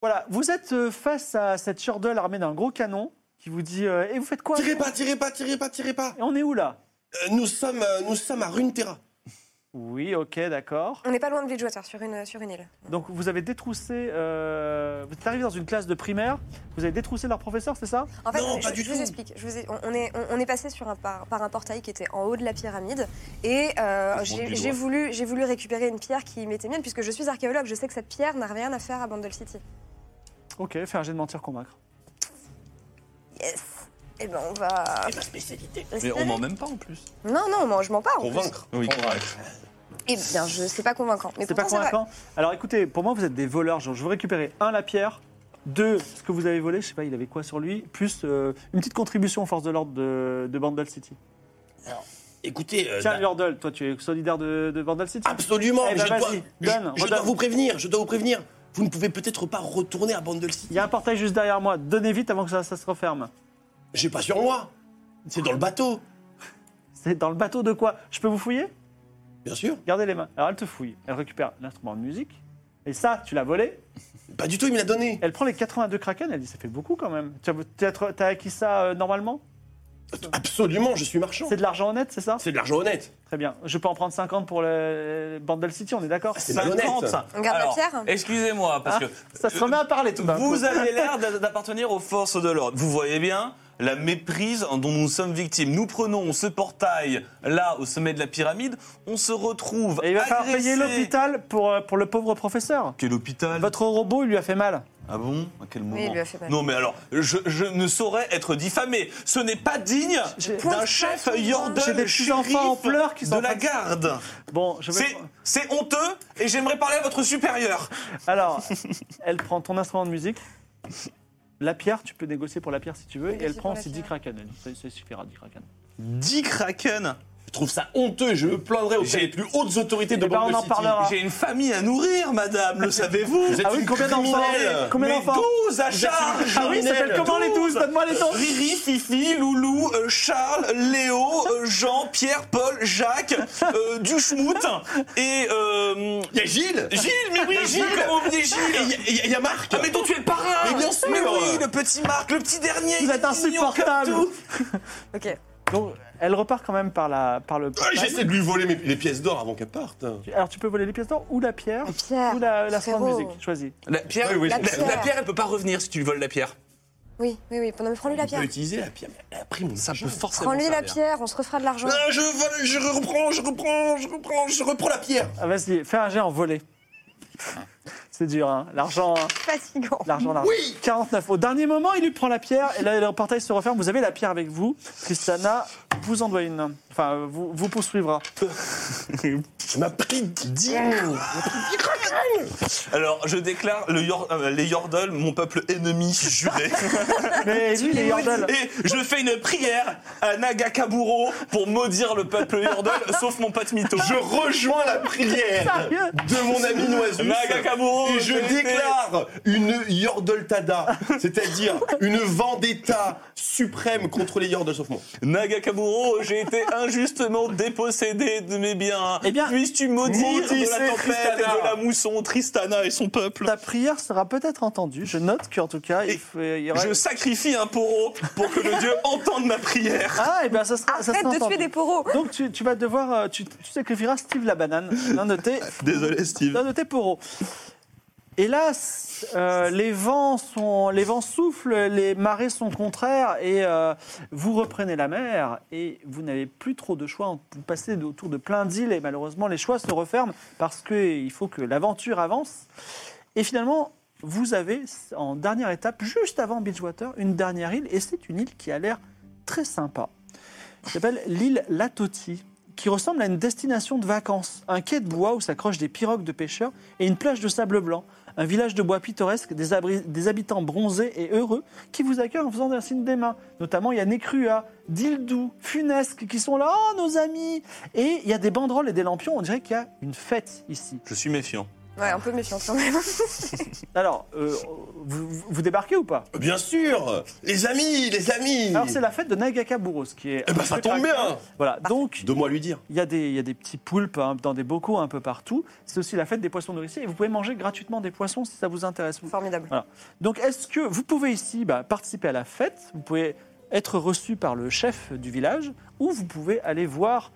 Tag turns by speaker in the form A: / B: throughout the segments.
A: Voilà, vous êtes euh, face à cette shordle armée d'un gros canon qui vous dit euh, Et vous faites quoi
B: Tirez pas, tirez pas, tirez pas, tirez pas.
A: Et on est où là
B: Euh, nous sommes, euh, nous sommes à Runeterra.
A: Oui, ok, d'accord.
C: On n'est pas loin de Bridgewater, sur une, sur une île.
A: Donc vous avez détroussé. euh, vous êtes arrivé dans une classe de primaire, vous avez détroussé leur professeur, c'est ça
C: En fait,
B: Non,
C: je,
B: pas du
C: je vous
B: tout.
C: explique. Je vous ai- on, on est, on, on est passé sur un, par, par un portail qui était en haut de la pyramide. Et euh,
B: montre
C: j'ai
B: du
C: j'ai
B: doigt.
C: voulu, j'ai voulu récupérer une pierre qui m'était mienne, puisque je suis archéologue. Je sais que cette pierre n'a rien à faire à Bandle City.
A: Ok, fais un jet de mentir convaincre.
C: Yes Eh ben, on va.
B: C'est ma spécialité.
D: Mais on
C: espérer.
D: ment même pas en plus.
C: Non, non, moi, je m'en parle.
B: Convaincre.
D: Oui.
B: Convaincre.
C: Eh bien, je c'est pas convaincant. Mais
A: C'est pas
C: pourtant, vrai.
A: convaincant Alors écoutez, pour moi vous êtes des voleurs, genre je veux récupérer un la pierre, deux ce que vous avez volé, je sais pas, il avait quoi sur lui, plus euh, une petite contribution aux forces de l'ordre de, de Bandle City.
B: Écoutez, euh,
A: Tiens,
B: da-
A: Lordle, toi tu es solidaire de, de Bandle City
B: absolument.
A: Eh
B: mais
A: ben,
B: je dois,
A: vas-y,
B: je-
A: donne,
B: je, dois
A: redonne.
B: vous prévenir. Je dois vous prévenir. Vous ne pouvez peut-être pas retourner à Bandle City.
A: Il y a un portail juste derrière moi, donnez vite avant que ça, ça se referme.
B: J'ai pas sur moi. C'est dans le bateau,
A: C'est dans le bateau de quoi Je peux vous fouiller
B: bien sûr.
A: Gardez les mains. Alors elle te fouille, elle récupère l'instrument de musique. Et ça, tu l'as volé.
B: Pas du tout. Il me l'a donné.
A: Elle prend les 82 kraken, elle dit ça fait beaucoup quand même. Tu as, t'as- t'as acquis ça euh, normalement
B: Absolument. Je suis marchand.
A: C'est de l'argent honnête, c'est ça
B: C'est de l'argent honnête.
A: Très bien. Je peux en prendre 50 pour le Bandle City, on est d'accord
B: C'est malhonnête.
D: ça.
C: On garde la
D: Alors,
C: pierre
D: Excusez-moi, parce
A: Ah, Bah,
D: que
A: Ça se remet à parler tout d'un coup.
D: vous avez l'air d'a- d'appartenir aux forces de l'ordre. Vous voyez bien la méprise dont nous sommes victimes. Nous prenons ce portail là au sommet de la pyramide, on se retrouve
A: Et il va falloir
D: agressé-
A: payer l'hôpital pour, euh, pour le pauvre professeur.
D: Quel hôpital
A: Votre robot, il lui a fait mal.
D: Ah bon À quel moment
C: Oui, il lui a fait mal.
D: Non mais alors, je, je ne saurais être diffamé. Ce n'est pas digne
A: J'ai-
D: d'un chef Jordan
A: J'ai des petits-enfants en pleurs qui sont en
D: de la
A: train de-
D: garde.
A: Bon, je vais.
D: C'est c'est honteux et j'aimerais parler à votre supérieur.
A: Alors, elle prend ton instrument de musique. La pierre, tu peux négocier pour la pierre si tu veux. Et
C: Négocier
A: elle prend
C: pour la
A: ses 10
C: pierre.
A: kraken. Elle dit, Ça, ça suffira, 10 kraken.
D: 10 kraken
B: Je trouve ça honteux. Je me plaindrai auprès
D: J'ai-
B: des plus hautes autorités de
A: Eh ben,
B: Bandle
A: on en
B: City.
A: parlera.
D: J'ai une famille à nourrir, madame, le savez-vous
B: Ah. Vous êtes
A: Ah oui,
B: une
A: combien d'enfants
B: criminelle.
A: Combien
D: Mais
A: d'enfants
D: 12 à charge
A: Ah oui, ça s'appelle comment les 12 Donne-moi les noms
D: Riri, Fifi, Loulou, euh, Charles, Léo, euh, Jean, Pierre, Paul, Jacques, euh, Duchmout et euh,
B: Il y a Gilles.
D: Gilles, mais oui, Gilles, comment oublier
B: Il y
D: Gilles
B: a- Il y a- il y a Marc.
D: Ah mais dont tu es le parrain
B: Mais bien sûr.
D: Mais oui, le petit Marc, le petit dernier
A: Vous
D: il
A: êtes
D: est mignon comme
A: insupportable
D: tout.
C: Ok.
A: Donc, elle repart quand même par, la, par le.
B: Ah,
A: portail.
B: J'essaie de lui voler mes- les pièces d'or avant qu'elle parte.
A: Alors, tu peux voler les pièces d'or ou la pierre
C: La pierre,
A: ou la, la
C: frérot.
A: soin de musique. Choisis.
D: La pierre,
B: Oui, oui,
D: la,
C: je sais.
D: la- la pierre, elle peut pas revenir si tu lui voles la pierre.
C: Oui, oui, oui. Non, mais prends-lui la
B: Je
C: pierre.
B: peux utiliser la pierre. mais Elle a pris mon
D: Ça peut forcément
C: Prends-lui la
D: servir.
C: pierre, on se refera de l'argent.
B: Ah, je, vole, je reprends, je reprends, je reprends, je reprends la pierre.
A: Ah, vas-y, fais un jet en volée. Ah. C'est dur, hein. L'argent, hein.
C: Fatigant.
A: l'argent, l'argent. 49. Au dernier moment, il lui prend la pierre et là, le portail se referme. Vous avez la pierre avec vous. Tristana vous en doit une. Enfin, euh, vous, vous poursuivra.
B: Tu m'as pris 10
D: Alors, je déclare le Yor- euh, les Yordles mon peuple ennemi juré.
A: Mais lui, il est Yordle.
D: Et je fais une prière à Nagakaburo pour maudire le peuple Yordle, sauf mon pote Mito.
B: Je rejoins la prière
A: Sérieux
B: de mon ami Noisus.
D: Nagakaburo
B: Et je déclare une Yordeltada, c'est-à-dire une vendetta suprême contre les Yordles sauf moi.
D: Nagakaburo, j'ai été injustement dépossédé de mes biens.
A: Eh bien,
D: Puisses-tu maudire
B: maudissez
D: de la tempête
B: Tristana.
D: et de la mousson Tristana et son peuple
A: Ta prière sera peut-être entendue. Je note qu'en tout cas,
D: Et
A: il, faut, il y aura-
D: Je sacrifie un poro pour que le dieu entende ma prière.
A: Ah, et bien, ça sera. ça
C: Arrête
A: sera
C: de
A: entendu.
C: tuer des poros.
A: Donc, tu, tu vas devoir. euh, Tu, tu sacrifieras Steve la banane, l'un de tes
D: Désolé, Steve.
A: D'un de tes poros. Hélas, euh, les, vents sont, les vents soufflent, les marées sont contraires et euh, vous reprenez la mer et vous n'avez plus trop de choix. Vous passez autour de plein d'îles et malheureusement les choix se referment parce qu'il faut que l'aventure avance. Et finalement, vous avez en dernière étape, juste avant Beachwater, une dernière île et c'est une île qui a l'air très sympa. Elle s'appelle l'île Latoti qui ressemble à une destination de vacances. Un quai de bois où s'accrochent des pirogues de pêcheurs et une plage de sable blanc. Un village de bois pittoresque, des, abri- des habitants bronzés et heureux qui vous accueillent en faisant un signe des mains. Notamment, il y a Nécrua, Dildou, Funesque qui sont là, oh nos amis Et il y a des banderoles et des lampions, on dirait qu'il y a une fête ici.
D: Je suis méfiant.
C: Ouais, un peu méfiante quand même.
A: Alors, euh, vous, vous- vous débarquez ou pas
B: Bien sûr Les amis, les amis
A: Alors, c'est la fête de Nagakaburos qui est.
B: Eh ben, ça tombe bien
A: Voilà, donc
B: De moi lui dire.
A: Il y, a des, il y a des petits poulpes hein, dans des bocaux un peu partout. C'est aussi la fête des poissons nourriciers. Et vous pouvez manger gratuitement des poissons si ça vous intéresse.
C: Formidable.
A: Donc, est-ce que vous pouvez ici bah, participer à la fête Vous pouvez être reçu par le chef du village ou vous pouvez aller voir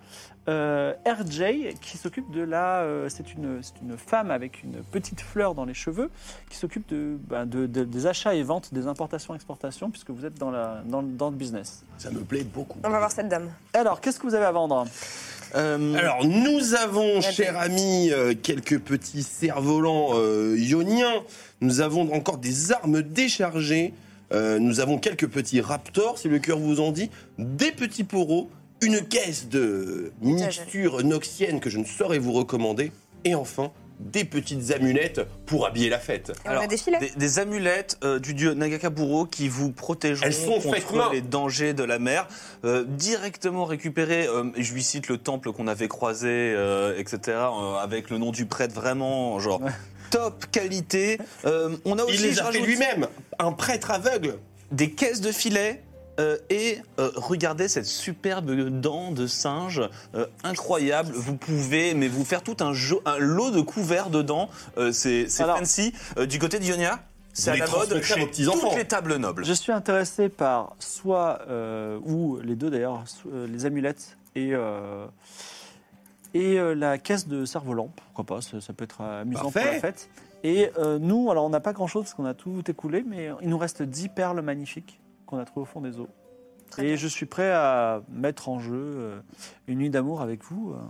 A: euh, RJ qui s'occupe de la. euh, c'est une, c'est une femme avec une petite fleur dans les cheveux qui s'occupe de, bah, de- de- des achats et ventes, des importations-exportations, puisque vous êtes dans, la, dans, dans le business.
B: Ça me plaît beaucoup.
C: On va voir cette dame.
A: Alors, qu'est-ce que vous avez à vendre
D: Mm.
B: Alors, nous avons, cher ami, euh, quelques petits cerfs-volants euh, ioniens. Nous avons encore des armes déchargées. Euh, nous avons quelques petits raptors, si le cœur vous en dit. Des petits poros. Une caisse de mixture noxienne que je ne saurais vous recommander. Et enfin, des petites amulettes pour habiller la fête.
C: Et on a des filets.
D: des, des amulettes euh, du dieu Nagakaburo qui vous protégeront
B: Elles sont faites
D: contre
B: main.
D: les dangers de la mer. Euh, directement récupérées, euh, je lui cite le temple qu'on avait croisé, euh, etc., euh, avec le nom du prêtre vraiment, genre top qualité. Euh, on a aussi
B: Il les
D: je
B: a fait
D: rajoute,
B: lui-même. Un prêtre aveugle.
D: des caisses de filets. euh, et euh, regardez cette superbe dent de singe euh, incroyable. Vous pouvez, mais vous faire tout un, jeu- un lot de couverts dedans. Euh, c'est c'est
A: Alors-
D: fancy. Euh, du côté d'Ionia,
B: Vous
D: c'est à
B: les
D: la mode
B: transmettrez à
D: chez
B: vos petits-enfants.
D: toutes les tables nobles.
A: Je suis intéressé par soit, euh, ou les deux d'ailleurs, so- euh, les amulettes et, euh, et euh, la caisse de cerf-volant. Pourquoi pas, ça, ça peut être euh, amusant pour
B: Parfait.
A: la fête. Et euh, nous, alors on n'a pas grand-chose parce qu'on a tout écoulé, mais il nous reste 10 perles magnifiques qu'on a trouvées au fond des eaux.
C: Très
A: et
C: bien.
A: je suis prêt à mettre en jeu euh, une nuit d'amour avec vous. euh.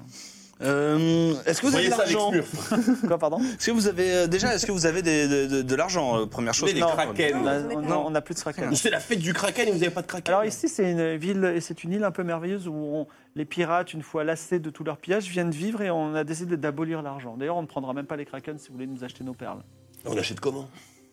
D: Euh, est-ce que vous avez
B: voyez
D: de
B: ça avec
D: l'argent
B: Smurf.
A: Quoi, pardon
D: Est-ce que vous avez euh, déjà Est-ce que vous avez des- de, de- de l'argent euh, Première chose.
B: Mais les
D: Non.
B: kraken.
A: On a-
C: vous
A: on-
C: mettez-
A: Non, on n'a plus de kraken.
B: C'est la fête du kraken et vous n'avez pas de kraken.
A: Alors ici, c'est une ville et c'est une île un peu merveilleuse où on- les pirates, une fois lassés de tout leur pillage, viennent vivre et on a décidé d'abolir l'argent. D'ailleurs, on ne prendra même pas les kraken si vous voulez nous acheter nos perles.
B: On achète comment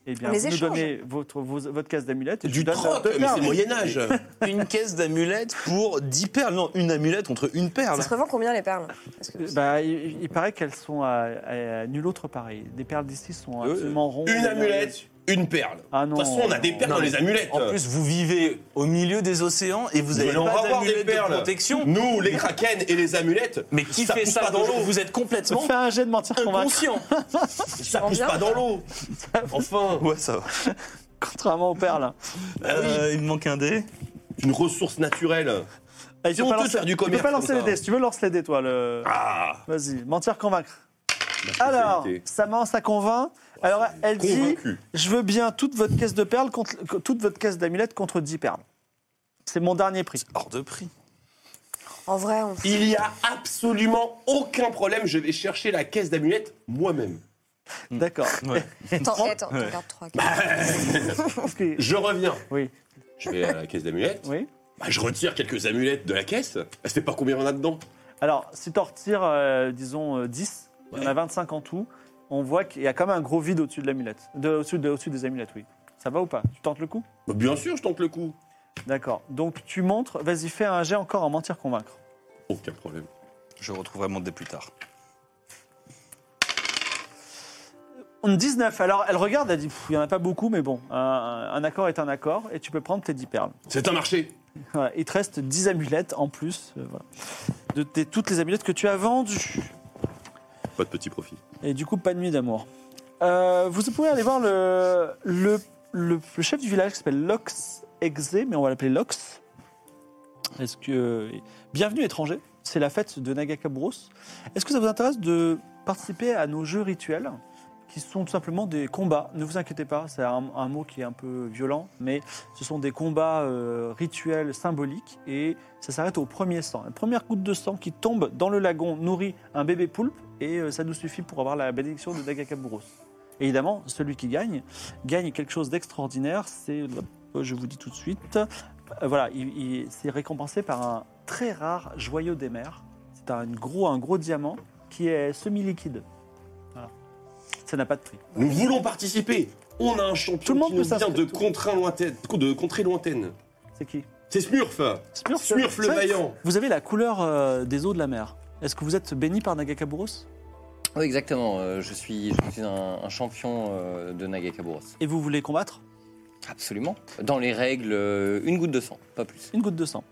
A: Eh bien,
C: On les
A: vous nous
C: échange.
A: donnez votre, vos- votre caisse d'amulette et je
B: Du
A: vous donne
B: troc,
A: deux
B: mais c'est
A: perles.
B: le Moyen-Âge.
D: Une caisse d'amulettes pour 10 perles. Non, une amulette contre une perle.
C: Ça se revend combien les perles Parce que-
A: Euh, bah, il, il paraît qu'elles sont à, à- à nul autre pareil. Les perles d'ici sont
D: Euh,
A: absolument rondes.
B: Une amulette, une perle.
A: Ah
B: De
A: non.
B: toute façon, on a des perles
D: Non,
B: dans
D: mais
B: les amulettes.
D: En plus, vous vivez au milieu des océans et vous
B: Mais
D: n'avez
B: on va
D: pas
B: avoir des
D: d'amulette de
B: perles.
D: protection.
B: Nous, les kraken et les amulettes,
D: Mais qui fait
B: pousse
D: ça
B: pas dans l'eau
D: Vous êtes complètement
A: Fais un jet de mentir convaincre.
D: inconscient.
B: Ça
C: rends
B: pousse
C: bien
B: pas dans l'eau. Enfin,
D: Ouais, ça va.
A: Contrairement aux perles.
D: Euh, il me manque un dé.
B: une ressource naturelle.
A: Ah, il
B: C'est
A: faut pas
B: honteux de
A: lancer-
B: faire
A: il
B: du
A: faut
B: commerce
A: pas
B: comme
A: lancer
B: ça.
A: les dés. Si tu veux, lance les dés, toi. Le...
B: Ah,
A: Vas-y, mentir convaincre.
B: ma
A: Alors,
B: spécialité.
A: ça ment, ça convainc. Alors, elle dit
B: Convaincu.
A: Je veux bien toute votre caisse de perles, contre, toute votre caisse d'amulettes contre 10 perles. C'est mon dernier prix.
D: Hors de prix.
C: En vrai, on...
B: Il y a absolument aucun problème. Je vais chercher la caisse d'amulettes moi-même.
A: D'accord.
D: Ouais.
C: Attends,
A: Prends-
C: attends,
D: Ouais.
C: tu gardes trois.
A: Parce que-
B: Je reviens.
A: Oui,
B: Je vais à la caisse d'amulettes.
A: oui.
B: Bah, je retire quelques amulettes de la caisse. Ça fait pas combien on a dedans.
A: Alors, si t'en retires, euh, disons, euh, 10, il y en a
B: Ouais.
A: 25 en tout, on voit qu'il y a quand même un gros vide au-dessus de l'amulette. De, au-dessus, de- au-dessus des amulettes, oui. Ça va ou pas Tu tentes le coup
B: Bah, bien sûr, je tente le coup.
A: D'accord. Donc, tu montres. Vas-y, fais un jet encore en mentir-convaincre.
B: Aucun problème.
D: Je retrouverai mon dé plus tard.
A: 19. Alors, elle regarde, elle dit Pff, Il n'y en a pas beaucoup, mais bon, un- un accord est un accord, et tu peux prendre tes 10 perles.
B: C'est un marché.
A: Voilà, il te reste 10 amulettes en plus euh, voilà, de tes- toutes les amulettes que tu as vendues.
B: Pas de petit profit.
A: Et du coup, pas de nuit d'amour. Euh, vous pouvez aller voir le, le, le- le chef du village qui s'appelle Lox Exe, mais on va l'appeler Lox. Est-ce que. euh, Bienvenue étranger, c'est la fête de Nagakabros. Est-ce que ça vous intéresse de participer à nos jeux rituels qui sont tout simplement des combats. Ne vous inquiétez pas, c'est un, un mot qui est un peu violent, mais ce sont des combats euh, rituels symboliques et ça s'arrête au premier sang. La première goutte de sang qui tombe dans le lagon nourrit un bébé poulpe et euh, ça nous suffit pour avoir la bénédiction de Dagakaburos. Évidemment, celui qui gagne gagne quelque chose d'extraordinaire. C'est, hop, je vous dis tout de euh, suite, Euh, voilà, il- il- c'est récompensé par un très rare joyau des mers. c'est un gros, un gros diamant qui est semi-liquide. Voilà. Ça n'a pas de prix.
B: Nous voulons participer. On a un champion
A: Tout le monde
B: qui
A: peut
B: nous vient
A: s'inscrire,
B: de
A: tout.
B: contraintes lointaines- de contrées lointaines.
A: C'est qui
B: C'est Smurf.
A: Smurf,
B: Smurf le
A: Ça,
B: vaillant.
A: Vous avez la couleur euh, des eaux de la mer. Est-ce que vous êtes béni par Nagakaburos
E: Oui, exactement. euh, je suis, je suis un, un champion euh, de Nagakaburos.
A: Et vous voulez combattre
E: Absolument. Dans les règles, euh, une goutte de sang, pas plus.
A: Une goutte de sang.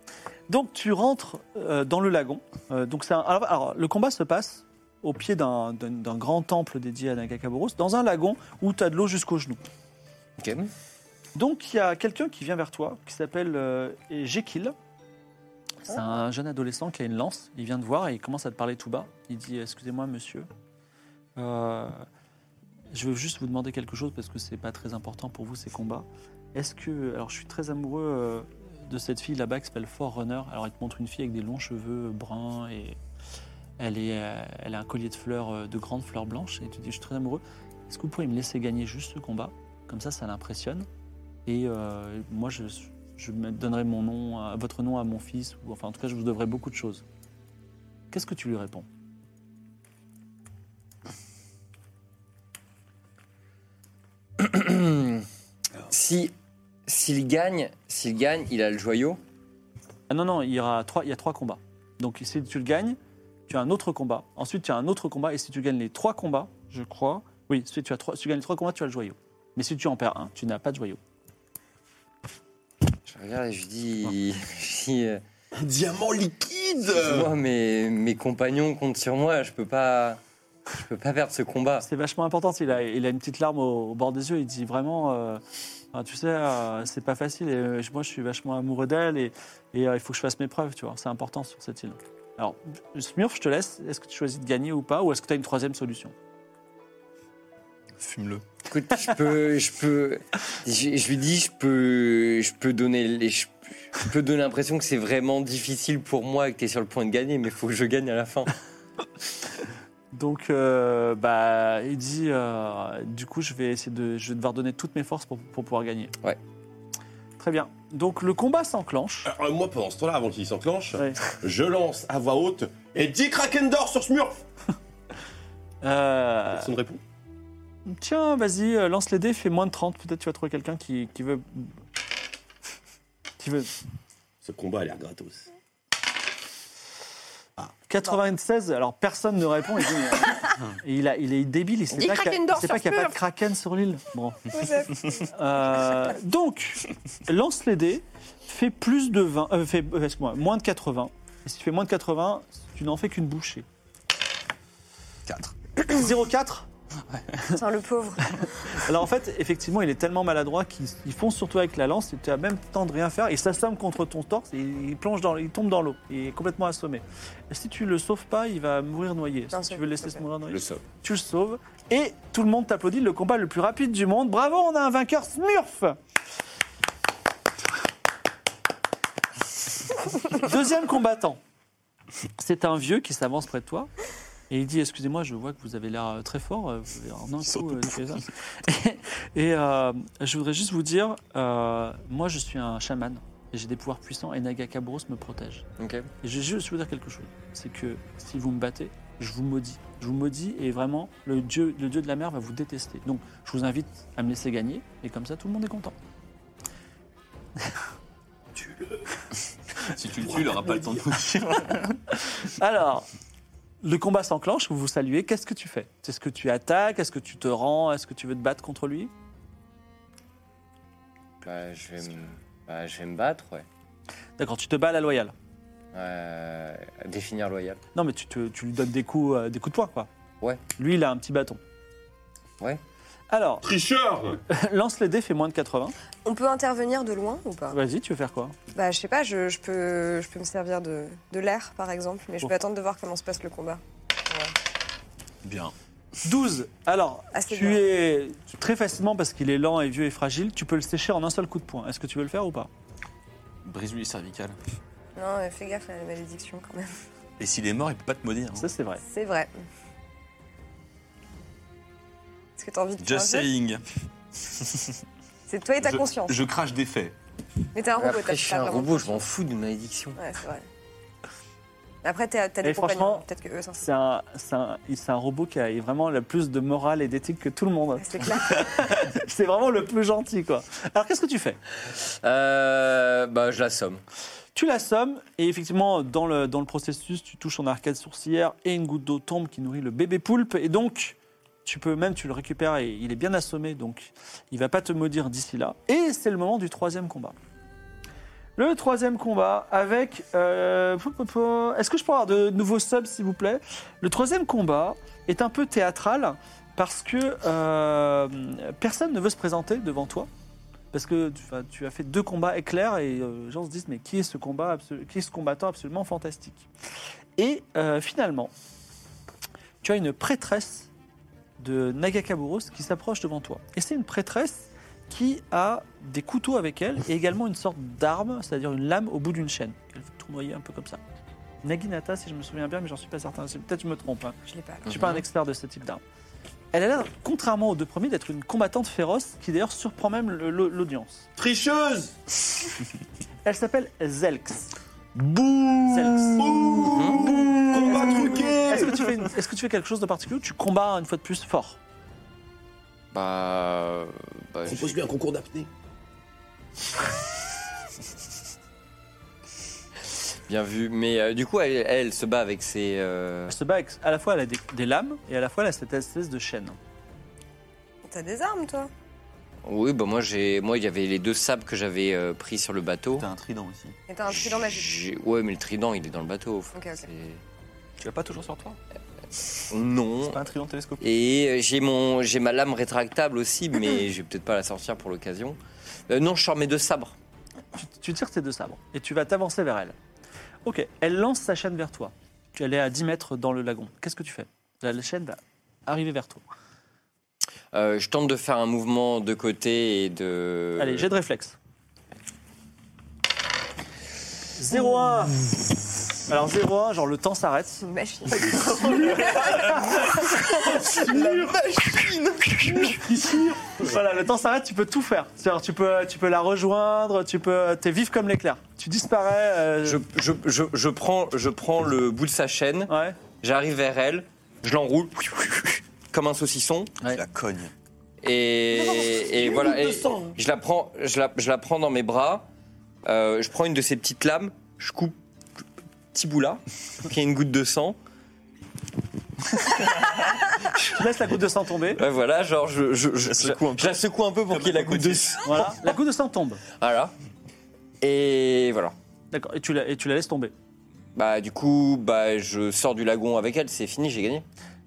A: Donc tu rentres euh, dans le lagon. Euh, donc c'est un- alors, alors, le combat se passe au pied d'un d'un- d'un grand temple dédié à Nagakaburos, dans un lagon où tu as de l'eau jusqu'aux genoux.
E: Ok.
A: Donc il y a quelqu'un qui vient vers toi, qui s'appelle euh, Jekyll. C'est un jeune adolescent qui a une lance. Il vient te voir et il commence à te parler tout bas. Il dit Excusez-moi, monsieur. Euh, je veux juste vous demander quelque chose parce que c'est pas très important pour vous ces combats. Est-ce que. Alors je suis très amoureux euh, de cette fille là-bas qui s'appelle Forerunner. Alors il te montre une fille avec des longs cheveux bruns et. Elle, est, euh, elle a un collier de fleurs, euh, de grandes fleurs blanches. Et tu dis Je suis très amoureux. Est-ce que vous pouvez me laisser gagner juste ce combat Comme ça, ça l'impressionne. Et euh, moi, je, je me donnerai mon nom, à- votre nom à mon fils, ou enfin, en tout cas, je vous devrai beaucoup de choses. Qu'est-ce que tu lui réponds
E: si s'il gagne, s'il gagne, il a le joyau.
A: Ah non, non, il y, aura trois, il y a trois combats. Donc, si tu le gagnes, tu as un autre combat. Ensuite, tu as un autre combat. Et si tu gagnes les trois combats, je crois. Oui, si tu, as trois, si tu gagnes les trois combats, tu as le joyau. Mais si tu en perds un, tu n'as pas de joyau.
E: Je regarde et je dis, je dis, euh,
B: Un diamant liquide.
E: moi mes, mes compagnons comptent sur moi. Je peux pas, je peux pas perdre ce combat.
A: C'est vachement important. Il a, il a une petite larme au, au bord des yeux. Il dit vraiment, euh, Ah, tu sais, euh, c'est pas facile. Et euh, je- moi, je suis vachement amoureux d'elle et, et, euh, il faut que je fasse mes preuves. Tu vois, c'est important sur cette île. Alors, Smurf, je te laisse. Est-ce que tu choisis de gagner ou pas, ou est-ce que tu as une troisième solution
D: Fume-le.
E: Écoute, je peux, je peux, je, je lui dis, je peux, je peux donner les, je, je peux donner l'impression que c'est vraiment difficile pour moi et que t'es sur le point de gagner, mais faut que je gagne à la fin.
A: Donc, euh, bah, il dit, euh, du coup, je vais essayer de, je vais devoir donner toutes mes forces pour, pour pouvoir gagner.
E: Ouais.
A: Très bien. Donc, le combat s'enclenche.
B: Alors, euh, moi, pendant ce temps-là, avant qu'il s'enclenche,
A: Ouais.
B: je lance à voix haute et dit Kraken d'or sur Smurf.
A: Euh,
B: Personne ne répond.
A: Tiens, vas-y, euh, lance les dés, fais moins de 30. Peut-être tu vas trouver quelqu'un qui, qui veut. Qui veut.
B: Ce combat a l'air gratos.
A: 96, alors personne ne répond. Il, dit, euh, et il, a- il est débile, il sait
C: Dis
A: pas qu'il
C: Kraken
A: n'y a,
C: d'or
A: il sait pas
C: sur
A: qu'il y a pas de
C: Smurf.
A: kraken sur l'île. Bon.
C: Joseph.
A: Euh, donc, lance les dés, fais plus de 20. euh, fais, euh, excuse-moi, moins de 80. Et si tu fais moins de 80, tu n'en fais qu'une bouchée.
D: 4.
A: 0,4
C: Tiens, le pauvre.
A: Alors en fait, effectivement, il est tellement maladroit qu'il il fonce sur toi avec la lance et tu as même le temps de rien faire. Il s'assomme contre ton torse et il plonge dans, il tombe dans l'eau. Il est complètement assommé. Si tu le sauves pas, il va mourir noyé.
C: Non,
A: Si
C: c'est-
A: tu veux le laisser
C: ok.
A: se mourir noyé,
B: Le sol.
A: tu le sauves et tout le monde t'applaudit. Le combat le plus rapide du monde. Bravo, on a un vainqueur Smurf. Deuxième combattant. C'est un vieux qui s'avance près de toi. Et il dit, excusez-moi, je vois que vous avez l'air euh, très fort. euh, vous avez un an,
D: saute
A: coup, euh, fait ça. Et, et, euh, je voudrais juste vous dire, euh, moi je suis un chaman. et J'ai des pouvoirs puissants et Nagakabros me protège.
E: Ok.
A: Et je vais juste vous dire quelque chose. C'est que si vous me battez, je vous maudis. Je vous maudis et vraiment, le dieu, le dieu de la mer va vous détester. Donc je vous invite à me laisser gagner et comme ça tout le monde est content.
D: Si tu le tues, il n'aura pas le temps de nous dire.
A: Alors, le combat s'enclenche, vous vous saluez, qu'est-ce que tu fais Est-ce que tu attaques Est-ce que tu te rends Est-ce que tu veux te battre contre lui
E: Bah, je vais, me, bah, je vais me battre, ouais.
A: D'accord, tu te bats à la loyale.
E: Euh, définir loyal.
C: Oh,
A: Non, mais tu, te- tu lui donnes des coups, euh, des coups de poing, quoi.
E: Ouais.
A: Lui, il a un petit bâton.
E: Ouais.
A: Alors,
B: Tricheur
A: lance les dés, fait moins de 80.
C: On peut intervenir de loin ou pas
A: Vas-y, tu veux faire quoi
C: Bah, je sais pas, je, je peux, je peux me servir de, de l'air, par exemple, mais je vais
A: Oh.
C: attendre de voir comment se passe le combat.
A: 12. Alors,
C: Ah, c'est
A: tu
C: bien.
A: es très facilement, parce qu'il est lent et vieux et fragile, tu peux le sécher en un seul coup de poing. Est-ce que tu veux le faire ou pas
D: Brise-lui les cervicales.
C: Non, mais fais gaffe à la malédiction quand même.
D: Et s'il est mort, il peut pas te maudire. hein.
A: Ça, c'est vrai.
C: C'est vrai. Est-ce que t'as envie de faire
D: Just
C: un jeu
D: saying.
C: C'est toi et ta
D: Je-
C: conscience.
D: Je crache des faits.
C: Mais t'es un robot,
E: Après,
C: bah, t'as
E: je suis
C: pas
E: un
C: vraiment
E: robot,
C: de
E: je m'en fous d'une malédiction.
C: conscience. Ouais, c'est vrai. Mais Après, t'as t'as
A: Et
C: des
A: franchement,
C: compagnons, peut-être que eux s'en sortent.
A: C'est un, c'est un- c'est un robot qui a vraiment le plus de morale et d'éthique que tout le monde.
C: C'est clair.
A: C'est vraiment le plus gentil, quoi. Alors, qu'est-ce que tu fais
E: Euh, bah, je l'assomme.
A: Tu l'assommes, et effectivement, dans le, dans le processus, tu touches en arcade sourcilière et une goutte d'eau tombe qui nourrit le bébé poulpe. Et donc, tu peux même, tu le récupères et il est bien assommé, donc il va pas te maudire d'ici là. Et c'est le moment du troisième combat. Le troisième combat avec. euh, pou, pou, pou. Est-ce que je peux avoir de nouveaux subs, s'il vous plaît Le troisième combat est un peu théâtral parce que euh, personne ne veut se présenter devant toi. Parce que tu, enfin, tu as fait deux combats éclairs et euh, les gens se disent mais qui est ce combat absolu- qui est ce combattant absolument fantastique Et euh, finalement, tu as une prêtresse de Nagakaburos qui s'approche devant toi. Et c'est une prêtresse qui a des couteaux avec elle et également une sorte d'arme, c'est-à-dire une lame au bout d'une chaîne. Elle fait tournoyer un peu comme ça. Naginata, si je me souviens bien, mais j'en suis pas certain. C'est- Peut-être que je me trompe. hein.
C: Je l'ai pas.
A: Je suis pas un expert de ce type d'arme. Elle a l'air, contrairement aux deux premiers, d'être une combattante féroce qui d'ailleurs surprend même le- le- l'audience.
B: Tricheuse
A: Elle s'appelle Zelx.
B: Bouh
A: Zelx.
B: Bouh Combat
A: Est-ce
B: truqué
A: que, tu fais une- est-ce que tu fais quelque chose de particulier ou tu combats une fois de plus fort
E: Bah. euh, bah, je-
B: Propose-lui un concours d'apnée.
E: bien vu. Mais euh, du coup, elle, elle se bat avec ses. euh,
A: Elle se bat avec, à la fois elle a des, des lames et à la fois elle a cette espèce de chaîne.
C: T'as des armes, toi
E: Oui, bah moi, j'ai, moi, il y avait les deux sables que j'avais euh, pris sur le bateau.
D: T'as un trident aussi.
C: Et t'as un truc dans ma vie.
E: J'ai- Ouais, mais le trident, il est dans le bateau. Enfin,
C: Ok, ok.
E: c'est-
D: Tu l'as pas toujours sur toi
E: Non.
D: C'est pas un trident télescopique
E: Et euh, j'ai mon, j'ai ma lame rétractable aussi, mais je vais peut-être pas la sortir pour l'occasion. Euh, non, je sors mes deux sabres.
A: Tu, tu tires tes deux sabres et tu vas t'avancer vers elle. Ok, elle lance sa chaîne vers toi. Tu elle est à 10 mètres dans le lagon. Qu'est-ce que tu fais la, la chaîne va arriver vers toi.
E: Euh, je tente de faire un mouvement de côté et de.
A: Allez, j'ai de réflexe. 0-1 Alors 0-1, genre le temps s'arrête.
C: C'est une machine.
A: Voilà, le temps s'arrête, tu peux tout faire. C'est-à-dire, tu peux, tu peux la rejoindre, tu peux, t'es vif comme l'éclair. Tu disparais. euh,
E: Je, je- je- je prends, je prends le bout de sa chaîne,
A: Ouais.
E: j'arrive vers elle, je l'enroule comme un saucisson
D: Tu la cogne.
E: et, et voilà. et je la prends, je la, je la prends dans mes bras. euh, je prends une de ces petites lames, je coupe petit bout là, qui est une goutte de sang.
A: Tu laisses la goutte de sang tomber.
E: Ouais, voilà, genre je, je, je-
D: la secoue un peu.
E: je la secoue un peu pour qu'il y ait la goutte de sang.
A: Voilà. La goutte de sang tombe.
E: Voilà. Et voilà.
A: D'accord. Et tu la, et tu la laisses tomber.
E: Bah du coup, bah je sors du lagon avec elle, c'est fini, j'ai gagné.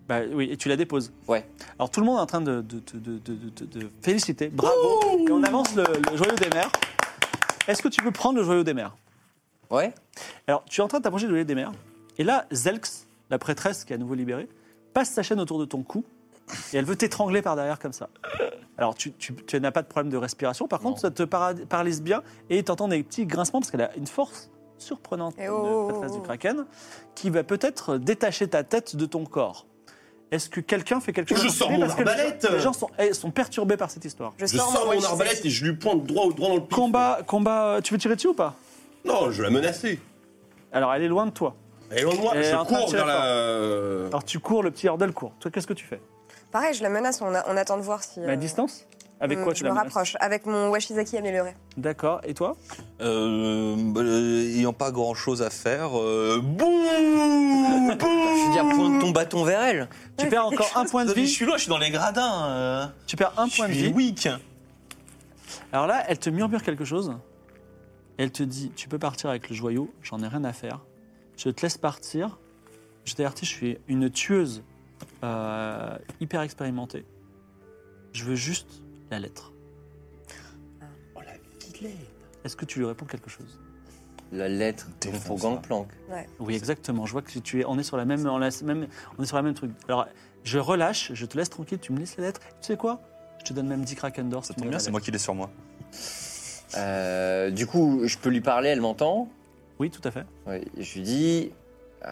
A: Bah oui, et tu la déposes.
E: Ouais.
A: Alors tout le monde est en train de, de, de- de- de- de- de féliciter. Bravo. et on avance le, le joyau des mers. Est-ce que tu peux prendre le joyau des mers
E: Ouais.
A: Alors, tu es en train de t'approcher du joyau des mers. Et là, Zelx, la prêtresse qui est à nouveau libérée, passe sa chaîne autour de ton cou. Et elle veut t'étrangler par derrière comme ça. Alors, tu, tu- tu n'as pas de problème de respiration. Par contre, ça te para- paralyse bien et t'entends des petits grincements parce qu'elle a une force surprenante,
C: Eh
A: la
C: oh,
A: prêtresse
C: oh,
A: du
C: oh.
A: Kraken, qui va peut-être détacher ta tête de ton corps. Est-ce que quelqu'un fait quelque chose
B: Je
A: de
B: sors
A: particulier
B: mon
A: Parce que les gens-
B: arbalète.
A: Les gens sont, eh, sont perturbés par cette histoire.
C: Je
B: Je
C: sors,
B: sors mon
C: Wachizaki.
B: arbalète et je lui pointe droit au droit dans le pif.
A: Combat, combat, euh, tu veux tirer dessus ou pas
B: Non, je vais la menacer.
A: Alors, elle est loin de toi.
B: Elle est loin de moi,
A: Elle est
B: je
A: en train de
B: cours
A: tirer
B: vers la. euh,
A: Alors, tu cours, le petit Hurdle court. Toi, qu'est-ce que tu fais
C: Pareil, je la menace, on, a- on attend de voir si.
A: La
C: euh,
A: Bah, distance Avec
C: euh,
A: quoi tu
C: Je
A: la
C: me
A: menaces
C: rapproche, avec mon Washizaki amélioré.
A: D'accord, et toi
D: Euh, bah, euh, ayant pas grand chose à faire, euh, bouh,
E: Je veux
D: bouh.
E: dire, pointe ton bâton vers elle.
A: Tu perds
C: Ouais, fais
A: encore
C: quelque
A: un point de
D: Non, mais Je
A: vie.
D: suis loin, je suis dans les gradins. euh.
A: Tu perds un
D: Je
A: point de
D: suis
A: vie.
D: weak.
A: Alors là, elle te murmure quelque chose. Elle te dit Tu peux partir avec le joyau, j'en ai rien à faire. Je te laisse partir. Je t'avertis, je suis une tueuse euh, hyper expérimentée. Je veux juste la lettre.
B: Oh la petite lettre.
A: Est-ce que tu lui réponds quelque chose
E: La lettre pour Gangplank.
A: Oui, exactement. Je vois que tu es, on est sur la même, on, la- même, on est sur la même truc. Alors, je relâche, je te laisse tranquille, tu me laisses la lettre. Tu sais quoi Je te donne même 10 kraken d'or.
D: Ça
A: si tu
D: tombe
A: me
D: bien,
A: donnes la
D: c'est moi qui l'ai sur moi.
E: Euh, du coup, je peux lui parler, elle m'entend.
A: lettre. Oui, tout à fait.
E: Ouais, je lui dis, euh,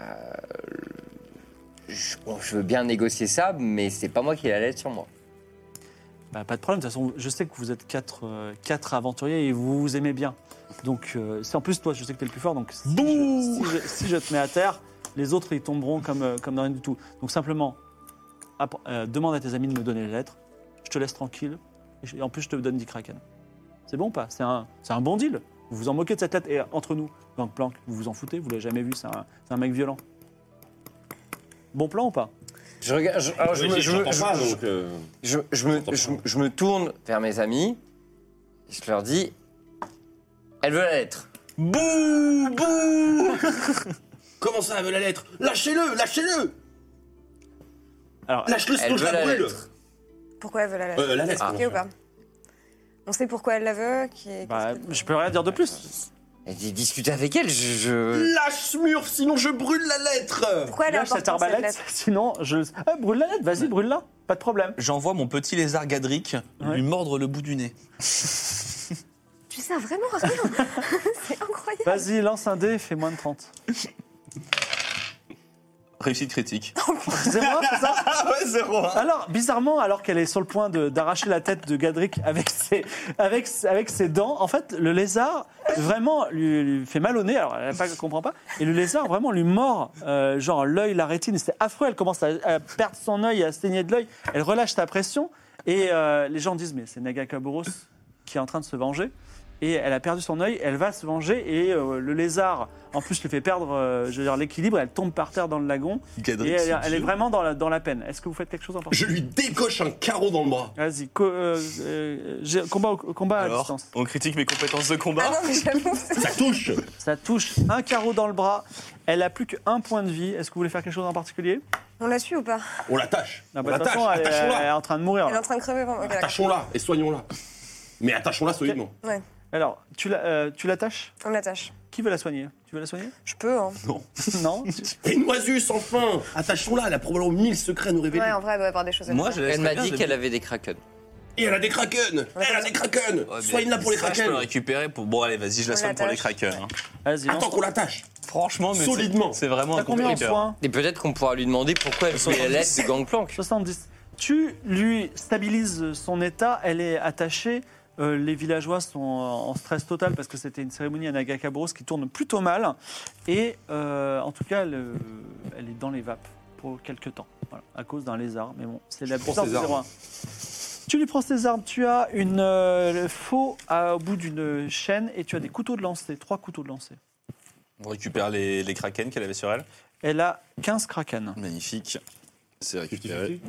E: je, bon, je veux bien négocier ça, mais c'est pas moi qui ai la lettre sur moi.
A: Bah, pas de problème, de toute façon, je sais que vous êtes quatre, euh, quatre aventuriers et vous vous aimez bien. Donc, euh, c'est en plus, toi, je sais que t'es le plus fort, donc si, je, si je- si je te mets à terre, Les autres, ils tomberont comme, euh, comme dans rien du tout. Donc simplement, appre- euh, demande à tes amis de me donner les lettres. Je te laisse tranquille. Et je- et en plus, je te donne 10 kraken. C'est bon ou pas C'est un, c'est un bon deal. Vous vous en moquez de cette lettre. Et euh, entre nous, Gangplank, vous vous en foutez. Vous l'avez jamais vu. C'est un, c'est un mec violent. Bon plan ou pas
E: Je regarde. Je, alors, je
F: Oui,
E: me- je me-
F: j'entends pas,
E: je-
F: donc, euh,
E: je- je me-
F: j'entends
E: je-
F: pas.
E: je me tourne vers mes amis. et Je leur dis. Elle veut la lettre.
B: Bouh Bouh Comment ça, elle veut la lettre Lâchez-le Lâchez-le
A: Alors,
B: Lâche-le,
E: Elle
B: sinon je
E: veut
B: la
E: la
B: brûle
E: lettre.
C: Pourquoi elle veut la
B: Euh,
C: lettre
B: La lettre,
E: Ah.
C: Ok ou pas On sait pourquoi elle la veut. Qui est,
A: bah,
C: qu'est-ce que-
A: je peux rien dire de plus.
E: Elle dit discute avec elle. Je. je-
B: Lâche ce mur, sinon je brûle la lettre
C: Pourquoi elle a
A: Lâche cette arbalète. Sinon, je. Ah, brûle la lettre. Vas-y, brûle-la. Pas de problème.
D: J'envoie mon petit lézard Gadric
A: Ouais.
D: lui mordre le bout du nez.
C: Tu sers vraiment à rien. C'est incroyable.
A: Vas-y, lance un dé. Fais moins de 30.
D: Réussite critique.
A: C'est moi, c'est ça
D: Ah ouais, zéro hein.
A: Alors, bizarrement, alors qu'elle est sur le point de- d'arracher la tête de Gadric avec ses, avec, avec ses dents, en fait, le lézard vraiment lui, lui fait mal au nez. Alors, elle ne comprend pas. Et le lézard vraiment lui mord, euh, genre l'œil, la rétine. C'est affreux. Elle commence à, à perdre son œil, à saigner de l'œil. Elle relâche sa pression. Et euh, les gens disent Mais c'est Nagakaboros qui est en train de se venger. Et elle a perdu son œil, elle va se venger. Et euh, le lézard, en plus, lui fait perdre euh, je veux dire, l'équilibre. Elle tombe par terre dans le lagon. Et
D: Gadric,
A: elle,
D: c'est
A: elle est
D: Dieu.
A: vraiment dans la, dans la peine. Est-ce que vous faites quelque chose en particulier
B: Je lui décoche un carreau dans le bras.
A: Vas-y, co- euh, euh, j'ai- combat, au- combat à
D: Alors,
A: distance.
D: on critique mes compétences de
C: Ah
D: combat.
C: non, mais j'avoue. c'est-
B: Ça touche
A: Ça touche un carreau dans le bras. Elle a plus qu'un point de vie. Est-ce que vous voulez faire quelque chose en particulier
C: On la suit ou pas
B: On l'attache
A: Non,
B: On
A: bah, De toute
B: l'attache
A: façon, elle, est-
B: Attachons-la
A: elle est en train de mourir.
C: Elle est
A: là.
C: en train de crever vraiment. Ok, d'accord.
B: Attachons-la et soignons-la Mais attachons-la solidement
C: Ouais,
A: Alors, tu la- euh, tu l'attaches
C: on l'attache.
A: Qui veut la soigner Tu veux la soigner
C: Je peux, hein.
A: Non Tu-
B: Et Noisus, enfin Attachons-la, elle a probablement mille secrets à nous révéler.
C: Ouais, en vrai, elle doit avoir des choses à
D: Moi,
C: faire.
D: je
E: Elle m'a dit qu'elle avait des kraken.
B: Et elle a des kraken Elle a des kraken Soigne-la pour les
D: Je peux le
B: kraken
D: récupérer pour. Bon, allez, vas-y, je la
C: On
D: soigne pour les
C: l'attache.
D: crackers. hein.
A: Vas-y, lance.
B: Attends qu'on l'attache
D: Franchement, mais c'est-
B: Solidement.
D: C'est vraiment
A: T'as
D: un
A: combien en
D: compliqueur.
A: points
E: Et peut-être qu'on pourra lui demander pourquoi elle voulait la lettre de Gangplank.
A: 70. Tu lui stabilises son état, elle est attachée. Euh, les villageois sont en stress total parce que c'était une cérémonie à Nagakabros qui tourne plutôt mal. Et euh, en tout cas, elle, euh, elle est dans les vapes pour quelques temps, Voilà, à cause d'un lézard. Mais bon, c'est la puissance
B: ses
A: du
B: armes.
A: 01. Tu lui prends ses armes, tu as une euh, faux à- au bout d'une chaîne et tu as des couteaux de lancer, trois couteaux de lancer.
D: On récupère les, les kraken qu'elle avait sur elle.
A: Elle a 15 kraken.
D: Magnifique. C'est récupéré.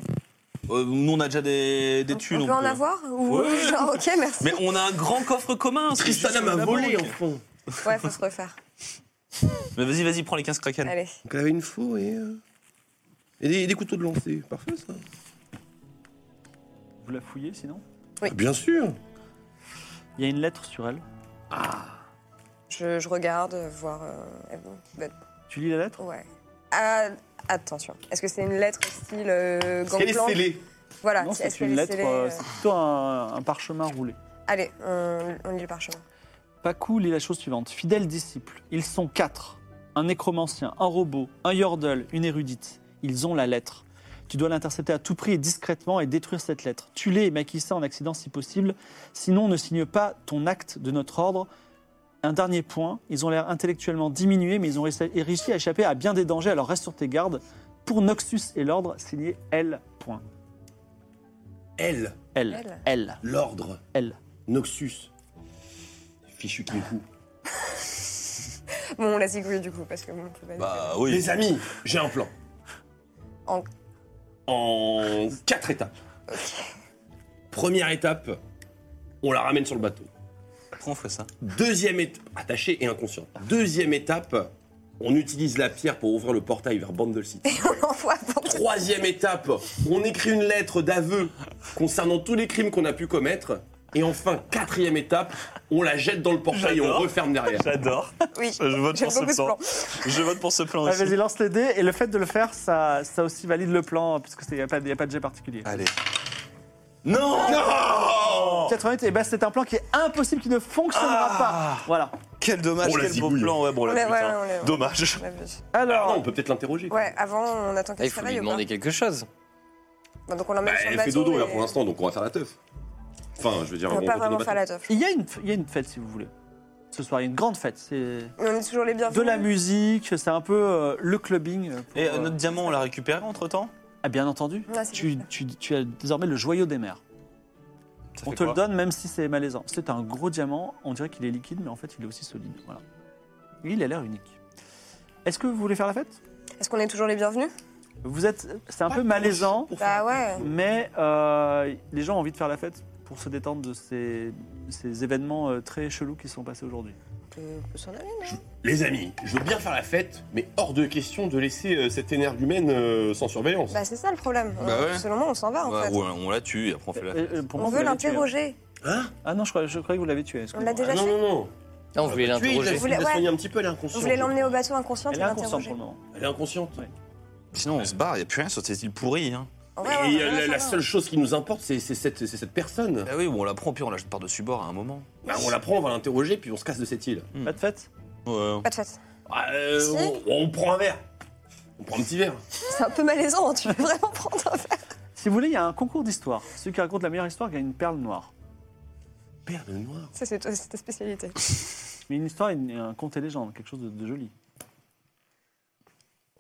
D: Euh, nous, on a déjà des, des thunes.
C: On peut
D: on
C: en
D: peut-
C: avoir ou...
D: hein. Ouais.
C: Genre, ok, merci.
D: Mais on a un grand coffre commun. c'est
B: Tristana
D: juste
B: m'a
D: la
A: hein.
B: volé,
D: banque.
B: enfin
C: Ouais, faut se refaire.
D: Mais vas-y, vas-y, prends les 15 kraken.
C: Allez.
B: Donc elle avait une faux et... euh, Et des, des couteaux de lancer, parfait ça
A: Vous la fouillez sinon
C: Oui.
B: Bien sûr
A: Il y a une lettre sur elle.
C: Je, je regarde, euh, voir. euh, elle- bah,
A: Tu lis la lettre
C: ouais. Ah, attention. Est-ce que c'est une lettre style euh,
B: Parce qu'elle est
C: Gangplank
B: scellée
C: Voilà.
A: Non,
C: est-ce
A: c'est
C: qu'elle
A: une
C: est
A: lettre,
C: scellée,
A: euh,
C: euh,
A: c'est plutôt un, un parchemin roulé.
C: Allez, on, on lit le parchemin.
A: Pakou lit la chose suivante. Fidèles disciples, ils sont quatre. Un nécromancien, un robot, un yordle, une érudite. Ils ont la lettre. Tu dois l'intercepter à tout prix et discrètement et détruire cette lettre. Tue-les et maquille ça en accident si possible. Sinon, ne signe pas ton acte de notre ordre. Un dernier point, ils ont l'air intellectuellement diminués, mais ils ont réussi réussi à échapper à bien des dangers, alors reste sur tes gardes. Pour Noxus et l'ordre, signé L. Point.
B: Elle,
A: L.
C: L.
A: L.
B: l'ordre,
A: L.
B: Noxus. Fichu qui coup.
C: Bon, on la zigouille du coup, parce que bon, on peut pas
D: Bah oui.
B: Les amis, j'ai un plan.
C: En-
B: En quatre étapes. Première étape, on la ramène sur le bateau.
D: Pourquoi on fait ça
B: Deuxième étape, attachée et inconsciente. Deuxième étape, on utilise la pierre pour ouvrir le portail vers Bundle City.
C: dire. On l'envoie pour
B: Troisième étape, on écrit une lettre d'aveu concernant tous les crimes qu'on a pu commettre. Et enfin, quatrième étape, on la jette dans le portail et on
D: J'adore.
B: referme derrière.
D: J'adore.
C: Oui.
D: Je vote
C: J'aime
D: pour
C: beaucoup
D: ce
C: ce
D: plan.
C: plan.
D: Je vote pour ce plan
A: Ouais,
D: aussi.
A: vas-y, lance les dés. Et le fait de le faire, ça, ça aussi valide le plan, parce qu'il n'y a, pas- y a pas de jet particulier.
D: Allez. Non,
A: 88, et ben c'est un plan qui est impossible, qui ne fonctionnera
D: Ah.
A: pas. Voilà.
D: Quel dommage,
B: On la
D: quel beau
B: zigouille.
D: plan. Ouais, bon,
C: On
D: Oh, la
C: l'a-
D: putain.
C: ouais, on l'a-
D: Dommage.
C: la vue.
A: Alors,
B: Non, on peut peut-être l'interroger.
C: Ouais, avant, on attend qu'elle
E: Là, Ah, il
C: se
E: faut lui
C: réveille ou pas
E: demander quelque chose.
C: Bah, Donc on l'emmène
B: Bah,
C: sur le
B: elle
C: bateau.
B: fait dodo là
C: et-
B: pour l'instant, donc on va faire la teuf. Enfin, je veux dire,
C: On va pas
B: retourne au
C: vraiment
B: bateau.
C: faire la teuf.
A: il y, a une, il y a une fête si vous voulez. ce soir. Il y a une grande fête. C'est
C: On est toujours les bienvenus.
A: de la musique, c'est un peu euh, le clubbing. pour,
D: Et euh,
A: euh,
D: notre diamant, on l'a récupéré entre temps
A: Ah, bien entendu.
C: Ah, c'est
A: tu,
C: bien.
A: tu- tu as désormais le joyau des mers.
D: Ça
A: On
D: fait
A: te le
D: quoi
A: donne même si c'est malaisant. C'est un gros diamant, on dirait qu'il est liquide, mais en fait il est aussi solide. Voilà. Il a l'air unique. Est-ce que vous voulez faire la fête
C: Est-ce qu'on est toujours les bienvenus
A: Vous êtes. C'est un peu malaisant,
C: Bah ouais.
A: mais euh, les gens ont envie de faire la fête pour se détendre de ces, ces événements euh, très chelous qui se sont passés aujourd'hui.
C: On peut, on peut s'en aller, non
B: Les amis, je veux bien faire la fête, mais hors de question de laisser euh, cette énergumène euh, sans surveillance.
C: Bah c'est ça le problème.
D: Bah
C: On-
D: ouais. Bah,
C: Selon moi, on s'en va en
D: Ouais,
C: fait.
D: ou on la tue et après on fait la.
A: Euh, euh, pour
C: On
A: moi, vous
C: veut
A: l'avez tué, hein.
C: l'interroger.
A: Ah non, je croyais, je croyais que vous l'avez tué.
C: On
A: excusez-moi.
C: l'a déjà
B: Ah non,
C: fait.
B: non, non.
E: Non, Ah, on voulait
B: Ah, bah, Tu es, il
E: l'interroger.
B: a- il a
C: Ouais.
B: soigné un petit peu, elle est
C: On
B: inconsciente.
C: voulait l'emmener au bateau inconscient et
A: Elle est inconsciente pour
C: l'interroger.
A: le moment.
B: Elle est inconsciente.
A: Ouais.
D: Sinon, on se barre, il n'y a plus rien sur cette île pourrie. Hein.
C: Ouais,
B: Mais
C: ouais,
B: euh,
C: on va
B: la,
C: faire
B: la
C: ça.
B: seule chose qui nous importe, c'est c'est cette, c'est cette personne.
D: Bah oui, bon, on la prend, puis on la jette par-dessus bord à un moment.
B: Bah, on la prend, on va l'interroger, puis on se casse de cette île.
D: Hmm.
A: Pas de fête
D: Ouais.
C: Pas de fête.
B: Ah, euh,
C: Si.
B: on, on prend un verre. On prend un petit verre.
C: C'est un peu malaisant, hein, tu peux vraiment prendre un verre.
A: Si vous voulez, il y a un concours d'histoire. Celui qui raconte la meilleure histoire gagne une perle noire.
B: Perle noire.
C: Ça, c'est c'est ta spécialité.
A: Mais une histoire, une- un conte et légende, quelque chose de, de joli.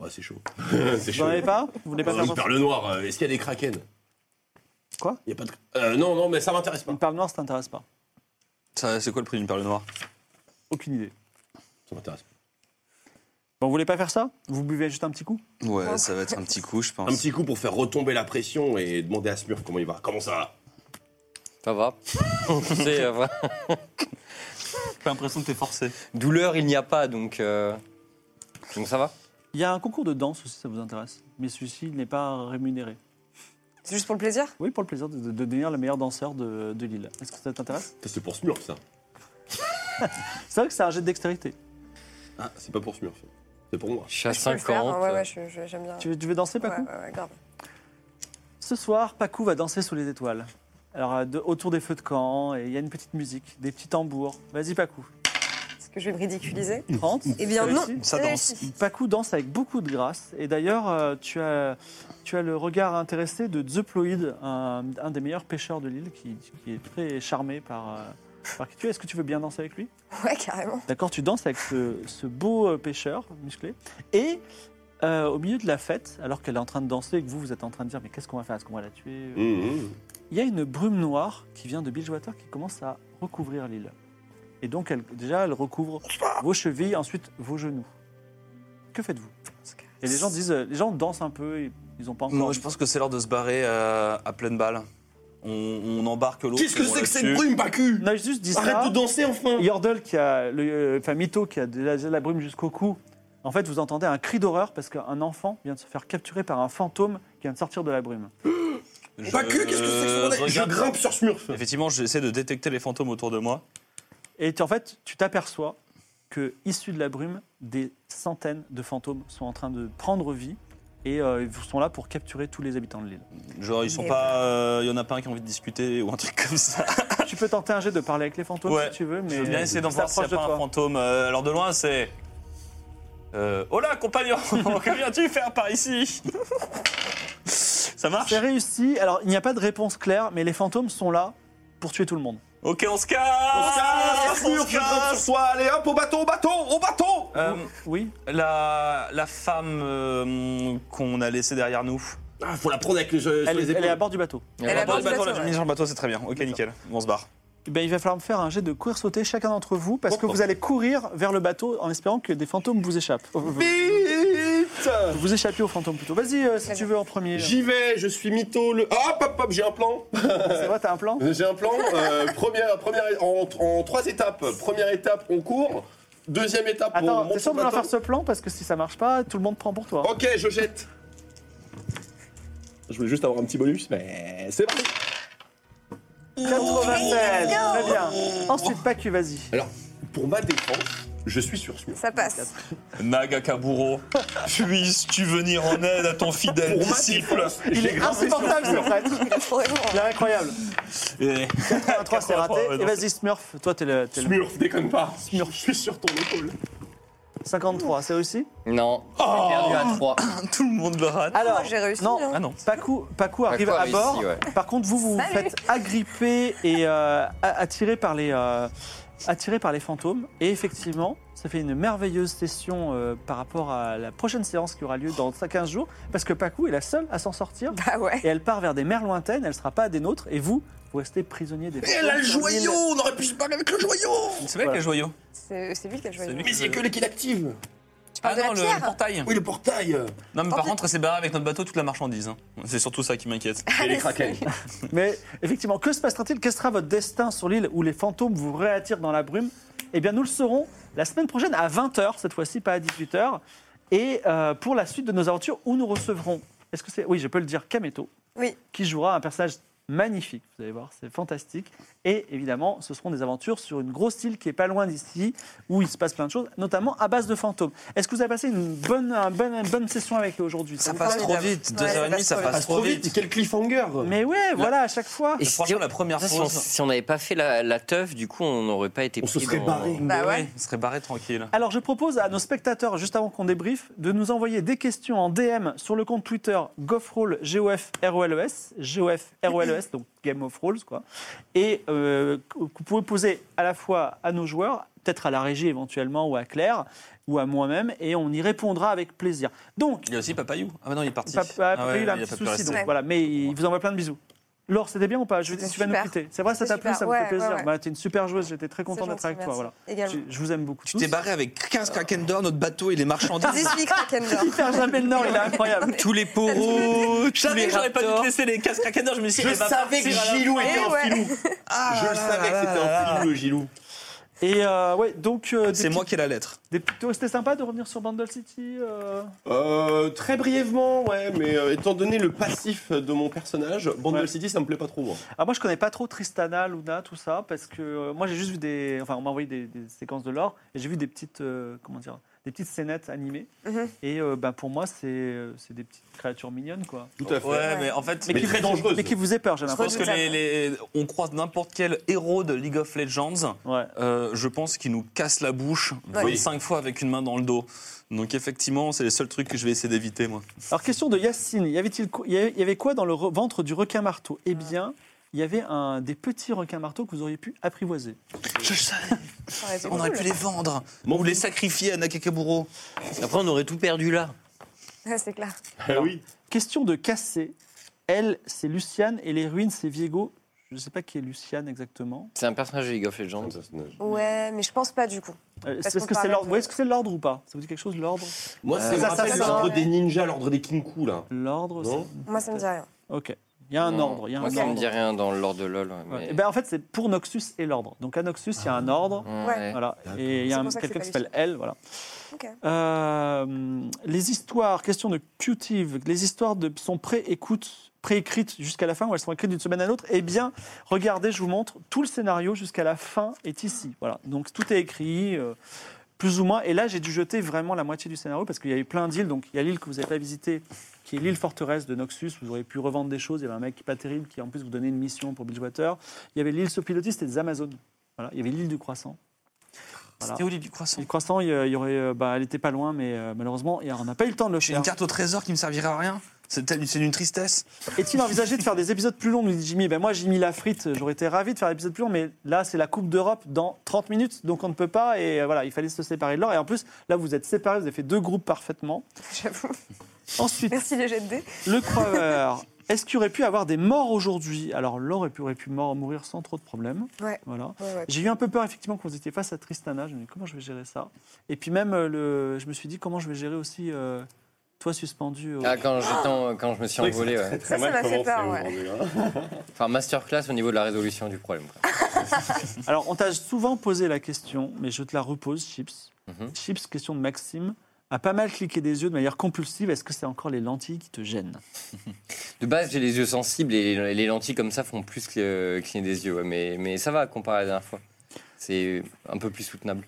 B: Ouais, c'est chaud. c'est
A: Vous
B: chaud.
A: n'en avez pas Vous voulez pas
B: Euh,
A: faire
B: une
A: ça
B: perle noire, euh, est-ce qu'il y a des kraken
A: Quoi
B: Il y a pas de. Euh, non, non, mais ça m'intéresse pas.
A: Une perle noire, ça t'intéresse pas
D: Ça, C'est quoi le prix d'une perle noire
A: Aucune idée.
B: Ça m'intéresse pas.
A: Bon, vous voulez pas faire ça Vous buvez juste un petit coup
D: Ouais, ça va être un petit coup, je pense.
B: Un petit coup pour faire retomber la pression et demander à Smurf comment il va. Comment ça va
E: Ça va. C'est, euh, voilà.
D: J'ai l'impression que t'es forcé.
E: Douleur, il n'y a pas, donc. euh, Donc ça va.
A: Il y a un concours de danse aussi, ça vous intéresse. Mais celui-ci n'est pas rémunéré.
C: C'est juste pour le plaisir
A: Oui, pour le plaisir de, de devenir le meilleur danseur de, de l'île. Est-ce que ça t'intéresse
B: Ça, C'est pour Smurf, ça.
A: C'est vrai que c'est un jet de dextérité.
B: Ah, c'est pas pour Smurf. C'est pour moi.
E: Je suis à
C: Je peux le faire,
E: 50.
C: hein, Ouais, ouais, je- je- j'aime bien.
A: Tu veux, tu veux danser, Paco
C: Ouais, ouais, ouais, grave.
A: Ce soir, Paco va danser sous les étoiles. Alors, euh, de- autour des feux de camp, et il y a une petite musique, des petits tambours. Vas-y, Paco.
C: Est-ce que je vais me ridiculiser
A: 30
C: Eh bien,
A: t'as
C: non.
A: réussi
D: Ça danse.
A: Paco danse avec beaucoup de grâce. Et d'ailleurs, euh, tu as, tu as le regard intéressé de Zeploïd, un, un des meilleurs pêcheurs de l'île, qui, qui est très charmé par, euh, par qui tu es. Est-ce que tu veux bien danser avec lui
C: Ouais, carrément.
A: D'accord, tu danses avec ce, ce beau euh, pêcheur musclé. Et euh, au milieu de la fête, alors qu'elle est en train de danser et que vous, vous êtes en train de dire Mais qu'est-ce qu'on va faire Est-ce qu'on va la tuer
B: Mmh, mmh.
A: Il y a une brume noire qui vient de Bilgewater qui commence à recouvrir l'île. Et donc, elle- déjà, elle recouvre vos chevilles, ensuite vos genoux. Que faites-vous Et les gens disent, euh, les gens dansent un peu, et ils n'ont pas encore.
D: Moi, je pense que c'est l'heure de se barrer euh, à pleine balle. On, on embarque l'autre.
B: Qu'est-ce que
D: on
B: c'est que cette
D: là-dessus.
B: brume, Baku
A: Nasus dit
B: Arrête
A: ça.
B: de danser enfin
A: Yordle qui a, le, euh, enfin Mito qui a de la, de la brume jusqu'au cou. En fait, vous entendez un cri d'horreur parce qu'un enfant vient de se faire capturer par un fantôme qui vient de sortir de la brume.
D: Je-
B: Baku, qu'est-ce que c'est que ce bordel Je
D: Euh, regarde-
B: grimpe sur Smurf.
D: Effectivement, j'essaie de détecter les fantômes autour de moi.
A: Et tu- en fait, tu t'aperçois que, issus de la brume, des centaines de fantômes sont en train de prendre vie et euh, ils sont là pour capturer tous les habitants de l'île.
D: Genre, ils sont
C: Mais
D: pas. Il y en a pas un qui a envie de discuter ou un truc comme ça.
A: tu peux tenter un jet de parler avec les fantômes
D: Ouais,
A: si tu veux, mais
D: Je veux bien essayer d'en voir s'il n'y a
A: s'approche de
D: pas
A: toi.
D: un fantôme. Euh, alors, de loin, c'est. Euh, oh là, compagnon Que viens-tu faire par ici Ça marche
A: C'est réussi. Alors, il n'y a pas de réponse claire, mais les fantômes sont là pour tuer tout le monde.
D: Ok, on se
B: On se casse,
D: casse
B: Smurf, je grimpe sur toi, allez hop, au bateau, au bateau, au bateau
D: Euh,
A: Oui.
D: la, la femme euh, qu'on a laissée derrière nous.
B: Ah, faut la prendre avec les, euh, sur
A: Elle, est-
B: les
A: elle
B: épaules.
A: est à bord du bateau.
C: Elle est à bord du
D: bateau,
C: bateau,
D: on l'a déjà
C: ouais.
D: mis sur le bateau, c'est très bien. Ok, nickel. On se barre.
A: Eh ben, il va falloir me faire un jet de courir sauter chacun d'entre vous parce que
B: Oh.
A: vous allez courir vers le bateau en espérant que des fantômes vous échappent.
D: Oh,
A: Euh,
B: Vite
A: Vous échappez aux fantômes plutôt. Vas-y, euh, si
C: Vas-y.
A: tu veux en premier.
B: J'y vais, je suis mytho, le... Ah, Hop, hop, hop, j'ai un plan
A: C'est vrai, t'as un plan
B: J'ai un plan, euh, première, première, en, en trois étapes. Première étape, on court. Deuxième étape, on
A: Attends,
B: monte
A: t'es sûr
B: sur
A: de
B: le
A: vouloir
B: bateau.
A: faire ce plan parce que si ça marche pas, tout le monde prend pour toi.
B: Ok, je jette. Je voulais juste avoir un petit bonus, mais c'est parti.
A: 96, très bien. Ensuite, Pacu, vas-y.
B: Alors, pour ma défense, je suis sur ce mur.
C: Ça passe.
D: Nagakaburo, puisses-tu venir en aide à ton fidèle
B: Pour ma
D: disciple
B: défense,
A: Il
B: j'ai
A: est
B: grimpé sur
A: insupportable
B: ce
A: ce
B: mur.
A: prêtre.
C: Vraiment.
A: Il est incroyable.
D: Eh,
A: 83, c'est raté.
D: 83, ouais,
A: Et
D: non.
A: vas-y, Smurf, toi, t'es le, t'es le-
B: Smurf, déconne pas. Smurf, je suis sur ton épaule.
A: 53, c'est réussi
E: Non. J'ai perdu à 3.
D: Tout le monde le rate.
A: Alors,
C: j'ai réussi,
A: Non,
C: hein.
D: Ah non.
A: Paco, Paco arrive
E: Paco a
A: à
E: réussi,
A: bord.
E: ouais.
A: Par contre, vous, vous vous
C: Salut.
A: faites agripper et euh, a- attirer par les, euh, attiré par les fantômes. Et effectivement, ça fait une merveilleuse session euh, par rapport à la prochaine séance qui aura lieu dans 15 jours, parce que Paco est la seule à s'en sortir.
C: Bah ouais.
A: Et elle part vers des mers lointaines, elle ne sera pas des nôtres, et vous, vous restez prisonnier des
B: Mais elle a le
A: sur l'île.
B: joyau On aurait pu se parler avec le joyau
F: C'est vrai
A: Voilà.
F: que les joyaux.
C: C'est Ah. c'est lui qui a joué.
F: C'est lui.
B: Mais c'est que les qui l'activent
C: Tu
F: Ah
C: parles de la
F: non, le, le
C: pierre
F: portail.
B: Oui, le portail euh.
F: Non, mais
C: En
F: par
C: fait-
F: contre, c'est barré avec notre bateau toute la marchandise. hein. C'est surtout ça qui m'inquiète.
B: Et les kraken.
A: Mais effectivement, que se passera-t-il Quel sera votre destin sur l'île où les fantômes vous réattirent dans la brume Eh bien, nous le saurons la semaine prochaine à 20h, cette fois-ci, pas à 18h. Et euh, pour la suite de nos aventures, où nous recevrons, est-ce que c'est, oui, je peux le dire, Kameto,
C: Oui.
A: qui jouera un personnage magnifique, vous allez voir, c'est fantastique. Et évidemment, ce seront des aventures sur une grosse île qui est pas loin d'ici, où il se passe plein de choses, notamment à base de fantômes. Est-ce que vous avez passé une bonne, un bon- une bonne session avec eux aujourd'hui
F: Ça
A: vous
F: passe
A: parle
F: trop vite.
C: Ouais,
F: Deux
C: ça
F: heures et demie,
C: passe
F: ça
C: trop
F: passe trop vite.
B: Quel cliffhanger
A: Mais ouais, voilà, à chaque fois.
E: Et
F: Franchement, la première
E: si
F: fois.
E: on si on n'avait pas fait la, la teuf, du coup, on n'aurait pas été
B: On se
E: pris
B: serait
E: dans-
B: barré.
C: Bah ouais.
F: Oui, on serait barré tranquille.
A: Alors, je propose à nos spectateurs, juste avant qu'on débriefe, de nous envoyer des questions en DM sur le compte Twitter GoffRoll, G-O-F-R-O-L-E-S, G-O-F-R-O-L-E-S, E donc Game of Rolls, quoi. Et euh, que vous pouvez poser à la fois à nos joueurs, peut-être à la régie éventuellement, ou à Claire, ou à moi-même, et on y répondra avec plaisir. Donc,
F: Il y a aussi Papayou. Ah, bah non, il est parti.
A: papa,
F: Ah
A: papa,
F: ouais,
A: il a un
F: il a
A: petit
F: pas pu
A: souci,
F: rester.
A: donc
C: Ouais.
A: voilà, mais il vous envoie plein de bisous. Laure, c'était bien ou pas je,
C: C'était
A: Tu vas nous
C: super.
A: quitter. C'est vrai, ça t'a
C: C'était
A: plu,
C: super.
A: ça me fait
C: Ouais,
A: plaisir.
C: ouais, ouais.
A: Bah, T'es une super joueuse, j'étais très content
C: C'est
A: d'être
C: gentil,
A: avec toi.
C: merci.
A: Voilà.
C: Également.
A: Je, je vous aime beaucoup.
F: Tu
A: tous.
F: t'es barré avec 15 kraken d'or, notre bateau et les marchandises.
C: 18 Kraken d'or.
A: Hyper jamais le Nord, il est incroyable.
F: tous les poros, tous les
D: Jamais j'aurais pas dû
F: raptors.
D: te laisser les 15 kraken d'or, je me suis dit,
B: Je
F: eh ben,
D: elle va
B: savais que
D: partir à la-
B: Gilou était
C: Eh
B: un
C: ouais.
B: filou
C: Ah
F: ah,
B: Je le savais que c'était un filou, le Gilou
A: Et euh, ouais, donc euh, des
F: C'est
A: petits-
F: moi qui ai la lettre.
A: des petits- C'était sympa de revenir sur Bandle City. euh.
B: Euh, très brièvement, ouais, mais euh, étant donné le passif de mon personnage, Bandle
A: Ouais.
B: City, ça me plaît pas trop. hein. moi.
A: Alors Ah, moi, je connais pas trop Tristana, Luna, tout ça, parce que euh, moi j'ai juste vu des, enfin on m'a envoyé des, des séquences de lore et j'ai vu des petites, euh, comment dire, des petites scénettes animées.
C: Mhm.
A: Et euh, bah, pour moi, c'est euh, c'est des petites créatures mignonnes quoi.
B: Tout à fait.
F: Ouais, mais en fait,
B: Mais
F: je
B: qui est très dangereuse.
A: Mais qui vous épeurent, j'ai
F: pense
A: l'impression.
F: que les, les- on croise n'importe quel héros de League of Legends.
A: Ouais.
F: euh, je pense qu'il nous casse la bouche
C: Oui.
F: 25 fois avec une main dans le dos. Donc effectivement, c'est les seuls trucs que je vais essayer d'éviter, moi.
A: Alors, question de Yacine. Y avait-il co- y avait, il y avait quoi dans le re- ventre du requin marteau Eh bien, il y avait un, des petits requins marteaux que vous auriez pu apprivoiser.
F: Je sais,
C: Ça aurait été
F: on aurait
C: cool.
F: pu les vendre ou les sacrifier à Nakakaburo.
E: Après, on aurait tout perdu là.
C: Ouais, C'est clair.
B: Ah oui.
A: Question de Cassé. Elle, c'est Luciane et les ruines, c'est Viego. Je ne sais pas qui est Luciane exactement.
E: C'est un personnage de League of Legends.
C: Ouais, mais je pense pas du coup.
A: Euh,
C: Parce
A: c'est- Est-ce
C: qu'on
A: que c'est
C: parlait
A: l'ordre
C: de-
A: ouais, est-ce que c'est l'ordre ou pas Ça vous dit quelque chose, l'ordre
B: Moi, c'est
A: Euh,
B: me rappelle
A: assassin.
B: l'ordre des ninjas, l'ordre des kinku, là.
A: L'ordre,
B: Non.
A: c'est-
C: Moi, ça me dit rien.
A: Ok. Il y a un ordre. Il y a un
E: Moi, ça me
A: ordre.
E: dit rien dans l'ordre de LoL. ouais,
A: Ouais.
E: mais-
A: Eh ben, en fait, c'est pour Noxus et l'ordre. Donc, à Noxus, il y a un ordre.
E: Ouais.
A: Voilà. Et il y a
C: C'est
A: un-
C: pour ça que
A: quelqu'un qui
C: c'est pas
A: s'appelle Elle. Voilà.
C: Ok.
A: Euh, les histoires, question de Qtive, les histoires de, sont pré-écoutes, pré-écrites jusqu'à la fin ou elles sont écrites d'une semaine à l'autre Eh bien, regardez, je vous montre, tout le scénario jusqu'à la fin est ici. Voilà, donc tout est écrit. euh, plus ou moins. Et là, j'ai dû jeter vraiment la moitié du scénario parce qu'il y a eu plein d'îles. Donc, il y a l'île que vous n'avez pas visitée, qui est l'île forteresse de Noxus. Vous auriez pu revendre des choses. Il y avait un mec pas terrible qui, en plus, vous donnait une mission pour Bridgewater. Il y avait l'île Sopilotis, c'était des Amazones. Voilà. Il y avait l'île du Croissant. Voilà.
F: C'était au lit du croissant.
A: Le croissant, il y il y aurait, euh, bah, elle était pas loin, mais euh, malheureusement, et alors, on n'a pas eu le temps de le
F: J'ai
A: faire.
F: une carte au trésor qui me servirait à rien. C'est tel- c'est d'une tristesse.
A: Est-il envisagé de faire des épisodes plus longs nous dit Jimmy. Ben moi, j'ai mis la frite. J'aurais été ravi de faire l'épisode plus long, mais là, c'est la Coupe d'Europe dans 30 minutes, donc on ne peut pas. Et euh, voilà, il fallait se séparer de l'or. Et en plus, là, vous êtes séparés, vous avez fait deux groupes parfaitement.
C: J'avoue.
A: Ensuite,
C: Merci les jets de dés.
A: le croyeur. Est-ce qu'il aurait pu avoir des morts aujourd'hui Alors, l'or aurait pu, aurait pu mort- mourir sans trop de problèmes.
C: Ouais.
A: Voilà.
C: Ouais, ouais.
A: J'ai eu un peu peur, effectivement, quand vous étiez face à Tristana. Je me suis dit, comment je vais gérer ça Et puis, même, euh, le... je me suis dit, comment je vais gérer aussi euh, toi suspendu au-
E: Ah, quand, j'étais en- quand je me suis envolé, ouais.
C: Ça, ça m'a fait peur,
E: hein.
C: ouais.
E: Enfin, masterclass au niveau de la résolution du problème. quoi.
A: Alors, on t'a souvent posé la question, mais je te la repose, Chips.
E: Mhm.
A: Chips, question de Maxime. A pas mal cliqué des yeux de manière compulsive. Est-ce que c'est encore les lentilles qui te gênent
E: De base, j'ai les yeux sensibles et les lentilles comme ça font plus que- euh, cligner des yeux. ouais, Mais, mais ça va comparé à la dernière fois. C'est un peu plus soutenable.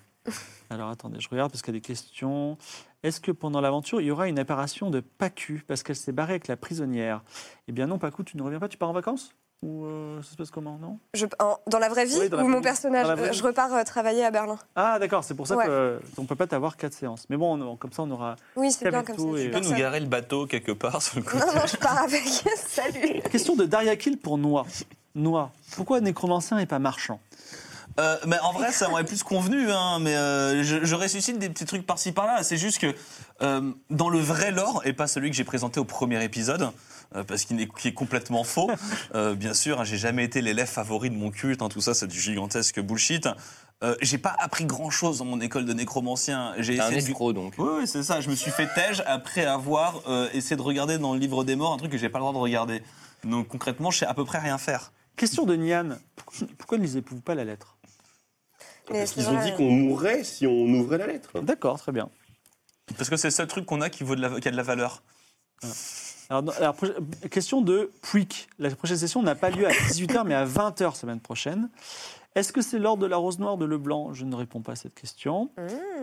A: Alors, attendez, je regarde parce qu'il y a des questions. Est-ce que pendant l'aventure, il y aura une apparition de Pacu parce qu'elle s'est barrée avec la prisonnière Eh bien, non, Pacu, tu ne reviens pas, tu pars en vacances Ou euh, ça se passe comment, non
C: Je- en- dans la vraie vie
A: Oui, dans la
C: ou
A: vraie
C: mon
A: vie.
C: personnage
A: Dans la vraie
C: euh,
A: vie.
C: Je repars euh, travailler à Berlin.
A: Ah, d'accord, c'est pour ça
C: Ouais.
A: qu'on ne peut pas t'avoir quatre séances. Mais bon, on- comme ça, on aura.
C: Oui, c'est bien comme ça.
A: Capito
C: je suis
F: Tu
A: et-
F: peux nous
C: personne.
F: garer le bateau quelque part sur le côté
C: Non, non, je pars avec. Salut.
A: Question de Daria Kill pour Noix. Noix, pourquoi nécromancien et pas marchand
D: Euh, mais en vrai, ça m'aurait plus convenu, hein, mais euh, je, je ressuscite des petits trucs par-ci par-là. C'est juste que euh, dans le vrai lore, et pas celui que j'ai présenté au premier épisode, euh, parce qu'il est, qui est complètement faux, euh, bien sûr, hein, j'ai jamais été l'élève favori de mon culte, hein, tout ça, c'est du gigantesque bullshit. Euh, j'ai pas appris grand chose dans mon école de nécromancien. J'ai
E: T'es un
D: essayé de-
E: escroc donc.
D: oui, oui, c'est ça. Je me suis fait tège après avoir euh, essayé de regarder dans le livre des morts un truc que j'ai pas le droit de regarder. Donc concrètement, je sais à peu près rien faire.
A: Question de Nian. Pourquoi, pourquoi ne lisez-vous pas la lettre
C: Mais
B: Parce
C: c'est
B: qu'ils ont
C: vrai.
B: dit qu'on mourrait si on ouvrait la lettre.
A: D'accord, très bien.
D: Parce que c'est le seul truc qu'on a qui, vaut de la- qui a de la valeur.
A: Alors, dans- alors, proche- question de Pouic. La prochaine session n'a pas lieu à 18h, mais à 20h semaine prochaine. Est-ce que c'est l'ordre de la rose noire de Leblanc Je ne réponds pas à cette question.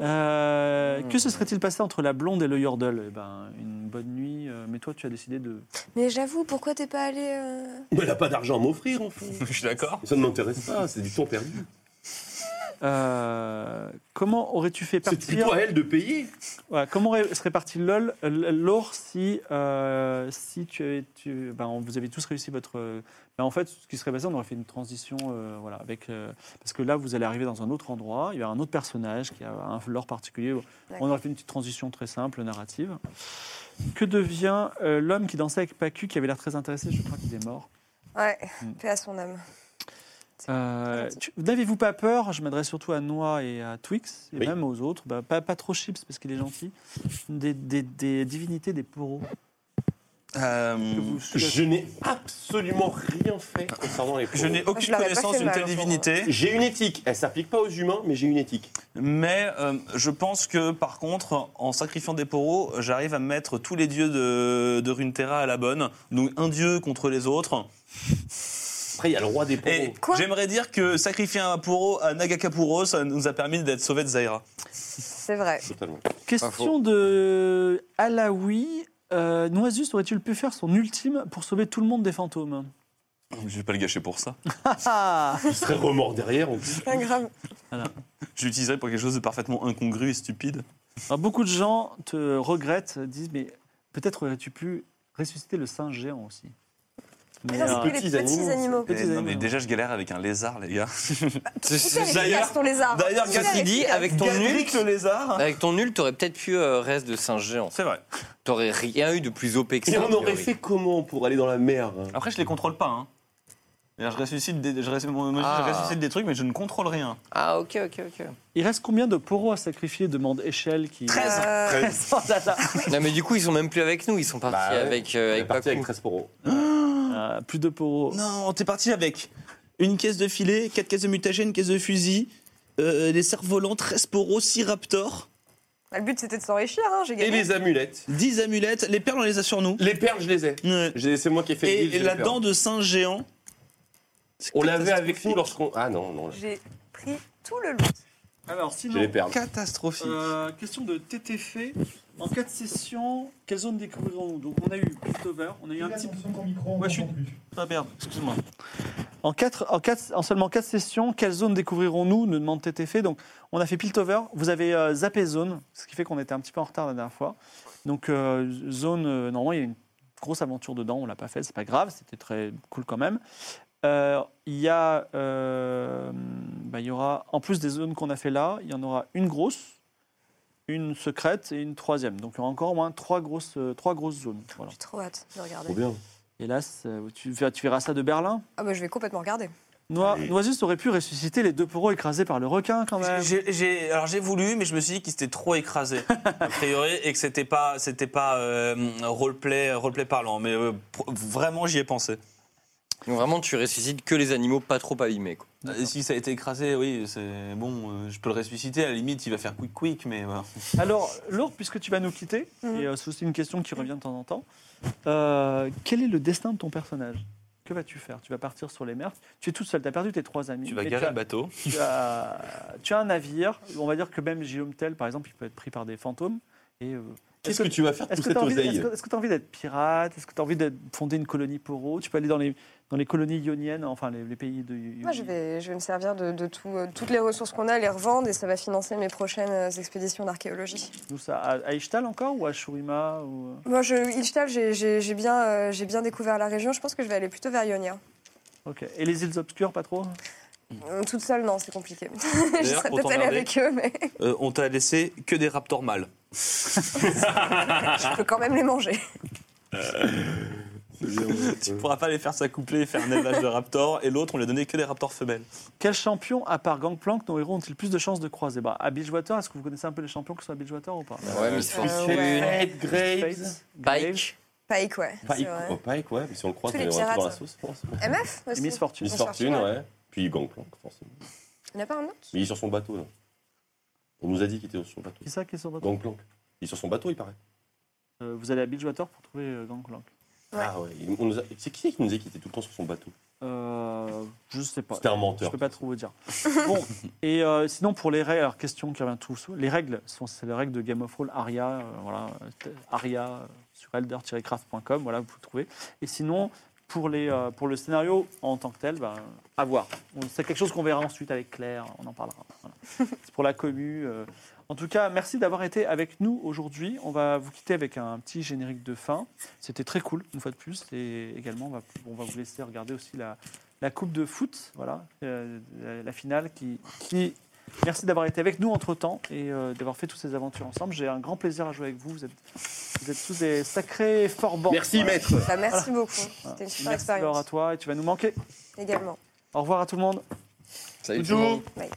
A: Euh, que se serait-il passé entre la blonde et le yordle Eh ben, une bonne nuit. euh, mais toi, tu as décidé de...
C: Mais j'avoue, pourquoi t'es pas allé euh,
B: Mais elle n'a pas d'argent à m'offrir, enfin.
D: Je suis
C: Ah.
D: d'accord.
B: Ça ne m'intéresse pas, c'est du temps perdu.
A: Euh, comment aurais-tu fait
B: C'est
A: partir...
B: plutôt à elle de payer.
A: Voilà, comment aurait- serait parti LOL, euh, l'or si, euh, si tu, tu- ben, on- vous avez tous réussi votre... euh, ben, en fait, ce qui serait passé, on aurait fait une transition, euh, voilà, avec, euh, parce que là, vous allez arriver dans un autre endroit, il y a un autre personnage qui a un lore particulier. On aurait fait une petite transition très simple, narrative. Que devient euh, l'homme qui dansait avec Pacu, qui avait l'air très intéressé Je crois qu'il est mort.
C: Ouais,
A: Mm.
C: paix à son âme.
A: Euh, tu- N'avez-vous pas peur Je m'adresse surtout à Noah et à Twix, et
B: Oui.
A: même aux autres. Bah, pas, pas trop Chips, parce qu'il est gentil. Des, des- des divinités, des poros.
D: Euh,
A: que vous-
B: Je n'ai absolument rien fait concernant les
D: Je n'ai
B: pauvres.
C: je
D: aucune
C: l'aurais pas
D: connaissance
C: fait
D: d'une
C: mal, hein,
D: telle
C: pour-
D: divinité,
B: J'ai une éthique. Elle s'applique pas aux humains, mais j'ai une éthique.
D: mais euh, je pense que par contre, en sacrifiant des poros, j'arrive à mettre tous les dieux de, de Runeterra à la bonne, donc un dieu contre les autres.
B: Après, il y a le roi
E: Eh.
B: des pauvres.
D: Et
C: Quoi
D: j'aimerais dire que sacrifier un poro à Nagakapuro, ça nous a permis d'être sauvés de Zaira.
C: C'est vrai.
B: Totalement.
A: Question de Alaoui. Euh, Noisus aurait-il pu faire son ultime pour sauver tout le monde des fantômes
D: Oh, Je vais pas le gâcher pour ça.
A: Ah
B: Il serait remords derrière. en plus.
C: Pas grave.
D: Je l'utiliserai pour quelque chose de parfaitement incongru et stupide.
A: Alors, Beaucoup de gens te regrettent, disent mais peut-être aurais-tu pu ressusciter le singe géant aussi.
C: Mais
A: Mais,
C: non,
A: euh,
C: c'est que les
B: petits
C: petits
B: animaux.
C: animaux.
A: Petits
D: Eh, non, mais
A: animaux.
D: déjà, je galère avec un lézard, les gars.
C: Hyper
D: D'ailleurs-
C: efficace ton lézard.
D: D'ailleurs,
C: Hyper
E: Cassidy,
C: efficace.
E: avec ton nul,
D: le lézard
E: avec ton nul, t'aurais peut-être pu euh, reste de singe géant.
D: C'est vrai.
E: T'aurais rien eu de plus OP que ça.
B: Et
E: a
B: on aurait
E: priori.
B: fait comment pour aller dans la mer hein
D: Après, je les contrôle pas. hein. Je ressuscite, des, je, res- mon-
E: Ah.
D: je ressuscite des trucs, mais je ne contrôle rien.
E: Ah ok ok ok.
A: Il reste combien de poros à sacrifier demande Échelle qui...
C: Euh,
A: Oh là là.
E: Non mais du coup ils sont même plus avec nous, ils sont partis
B: Bah ouais.
E: avec euh,
B: On est
E: avec
B: parti
E: Paco.
B: avec 13 poros.
A: Euh, plus de poros.
D: Non, t'es parti avec une caisse de filet, quatre caisses de mutagène, une caisse de fusil, euh, des cerfs volants, 13 poros, 6 raptors,
C: bah, Le but c'était de s'enrichir, hein, j'ai
B: Et
C: gagné.
B: les amulettes.
D: 10 amulettes. Les perles, on les a sur nous.
B: Les perles, je les ai.
D: Ouais.
B: Je les ai- C'est moi qui ai fait le
D: Et,
B: deal, j'ai
D: la
B: les perles.
D: dent de singe géant.
B: On l'avait avec nous lorsqu'on. Ah non, non, là,
C: J'ai pris tout le loot.
A: Alors
B: j'ai
A: sinon,
B: les perles.
D: Catastrophique.
A: Euh, question de TTF. En quatre sessions, quelle zone découvrirons-nous Donc on a eu Piltover, on a eu un petit. Ouais, je suis- Ah, merde, excuse-moi. En, quatre, en, quatre, en seulement 4 sessions, quelle zone découvrirons-nous nous demande TTF. Donc on a fait Piltover, vous avez euh, zappé zone, ce qui fait qu'on était un petit peu en retard la dernière fois. Donc euh, zone, euh, normalement il y a une grosse aventure dedans, on l'a pas fait, c'est pas grave, c'était très cool quand même. Euh, Il y a, euh, bah, il y aura, en plus des zones qu'on a fait là, il y en aura une grosse, une secrète et une troisième. Donc il y aura encore au moins trois grosses, euh, trois grosses zones. Voilà.
C: J'ai trop hâte de
B: Trop
C: regarder.
B: bien.
A: Hélas, euh, tu, verras- tu verras ça de Berlin.
C: Ah bah je vais complètement regarder.
A: Noi-
B: Allez.
A: Noisus aurait pu ressusciter les deux poros écrasés par le requin quand même.
D: J'ai- j'ai- alors j'ai voulu, mais je me suis dit qu'il s'était trop écrasé, a priori, et que c'était pas, c'était pas euh, roleplay, roleplay parlant. Mais euh, pr- vraiment, j'y ai pensé.
E: Donc vraiment tu ressuscites que les animaux pas trop abîmés quoi.
D: Euh, si ça a été écrasé, oui, c'est bon, euh, je peux le ressusciter. À la limite, il va faire quick quick, mais voilà.
A: Alors, Laure, puisque tu vas nous quitter,
C: Mhm.
A: et euh, c'est aussi une question qui revient de temps en temps, euh, quel est le destin de ton personnage Que vas-tu faire Tu vas partir sur les mers Tu es toute seule, tu as perdu tes trois amis.
D: tu vas
A: mais
D: garer
A: as-
D: le bateau.
A: tu as, tu as un navire, on va dire que même Guillaume Tell, par exemple, il peut être pris par des fantômes. Et, euh,
B: Qu'est-ce que tu vas faire de
A: est-ce
B: toute
A: que tu
B: cette
A: as envie,
B: oseille
A: est-ce que- est-ce que t'as envie d'être pirate Est-ce que tu as envie de fonder une colonie poro Tu peux aller dans les, dans les colonies ioniennes, enfin les, les pays de.
C: Moi je vais, je vais me servir de, de tout, euh, toutes les ressources qu'on a, les revendre et ça va financer mes prochaines euh, expéditions d'archéologie.
A: Où ça à, à Ishtal encore ou à Shurima ou...
C: Moi je, Ilchtal, j'ai- j'ai j'ai bien, euh, j'ai bien découvert la région, je pense que je vais aller plutôt vers Ionia.
A: Ok. Et les îles obscures, pas trop
C: Euh, Toute seule, non, c'est compliqué. Je
D: D'ailleurs,
C: serais
D: pour
C: peut-être allée
D: t'emmerder.
C: avec eux, mais
D: Euh, on t'a laissé que des raptors mâles. Ah.
C: je peux quand même les manger.
B: Euh,
D: Tu pourras pas les faire s'accoupler et faire un élevage de raptors. Et l'autre, on lui a donné que des raptors femelles.
A: Quel champion, à part Gangplank, nos héros ont-ils plus de chances de croiser bah, À Bridgewater, est-ce que vous connaissez un peu les champions qui sont à Bridgewater ou pas
E: Ah Ouais, mais c'est
C: Euh, ouais.
B: Fate, Graves.
A: Fates, Graves,
E: Bike.
C: Pike, ouais. c'est
G: Pike,
C: vrai.
B: euh,
G: oh, Pike, ouais, mais si on le croise,
C: Tous
G: on
C: les
G: est vraiment dans la
C: pirates.
G: sauce, je pense.
C: MF aussi.
A: Miss Fortune.
G: Miss
C: Miss Fortune,
G: Fortune, ouais. Puis Gangplank, forcément.
C: Il n'y en a pas un autre
G: Mais il est sur son bateau, là. On nous a dit qu'il était sur son bateau.
A: Qui ça qui est sur votre
G: Gangplank. Il est sur son bateau, il paraît.
A: Euh, Vous allez à Bridgewater pour trouver euh, Gangplank.
C: Ouais.
G: Ah ouais. il- on nous a- C'est qui qui nous a dit qu'il était tout le temps sur son bateau
A: Euh, je sais pas.
G: C'était un menteur.
A: Je peux pas trop vous dire. Bon, et euh, sinon pour les règles, alors question qui revient tous, les règles sont c'est les règles de Game of Roll Aria, euh, voilà, euh, Aria euh, sur elder-craft.com, voilà, vous pouvez trouver. Et sinon pour les euh, pour le scénario en tant que tel, bah, à voir. On- C'est quelque chose qu'on verra ensuite avec Claire, on en parlera. Voilà. C'est pour la commu. euh. En tout cas, merci d'avoir été avec nous aujourd'hui. On va vous quitter avec un petit générique de fin. C'était très cool, une fois de plus. Et également, on va, on va vous laisser regarder aussi la, la Coupe de foot, voilà, euh, la, la finale qui, qui- Merci d'avoir été avec nous entre-temps et euh, d'avoir fait toutes ces aventures ensemble. J'ai un grand plaisir à jouer avec vous. Vous êtes, vous êtes tous des sacrés forbans.
B: Merci, maître.
C: Bah, Merci beaucoup. C'était une
A: Merci
C: super
A: Laure, à
C: expérience.
A: toi et tu vas nous manquer.
C: Également.
A: Au revoir à tout le monde.
E: Salut
B: Bonjour.
C: Bye.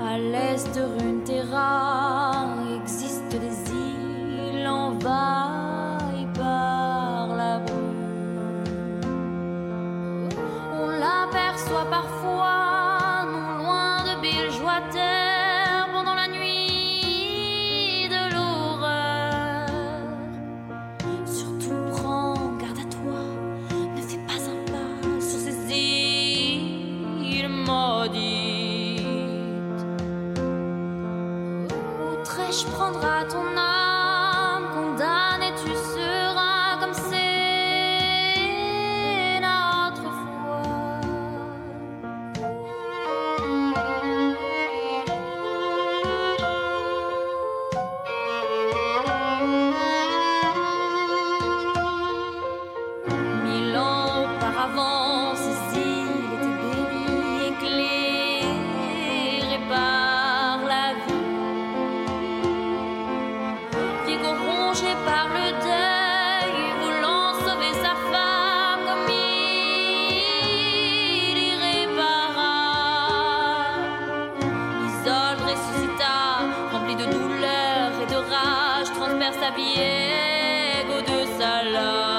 H: À l'est de Runeterra existent des îles envahies par la brume. On l'aperçoit parfois non loin de Bilgewater pendant la nuit de l'horreur. Surtout prends garde à toi, ne fais pas un pas sur ces îles maudites. Outrèche prendra ton âme, condamné tu seras comme c'est notre Mille ans auparavant, ces îles étaient bénies, éclairées par la vie. Diego rongé par le deuil, voulant sauver sa femme comme il irréparable. Isolde ressuscita, rempli de douleur et de rage, transperce à Viego de Salah.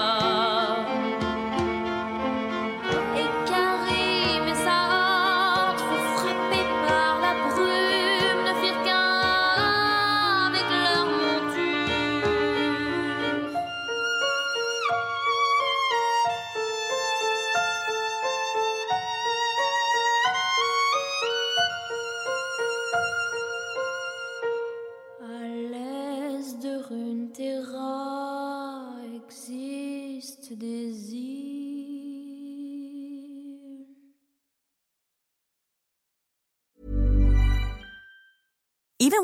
H: Et Karim et sa horde furent frappés par la brume, ne firent qu'un avec leur monture. À l'est de Runeterra existent des îles.
I: Even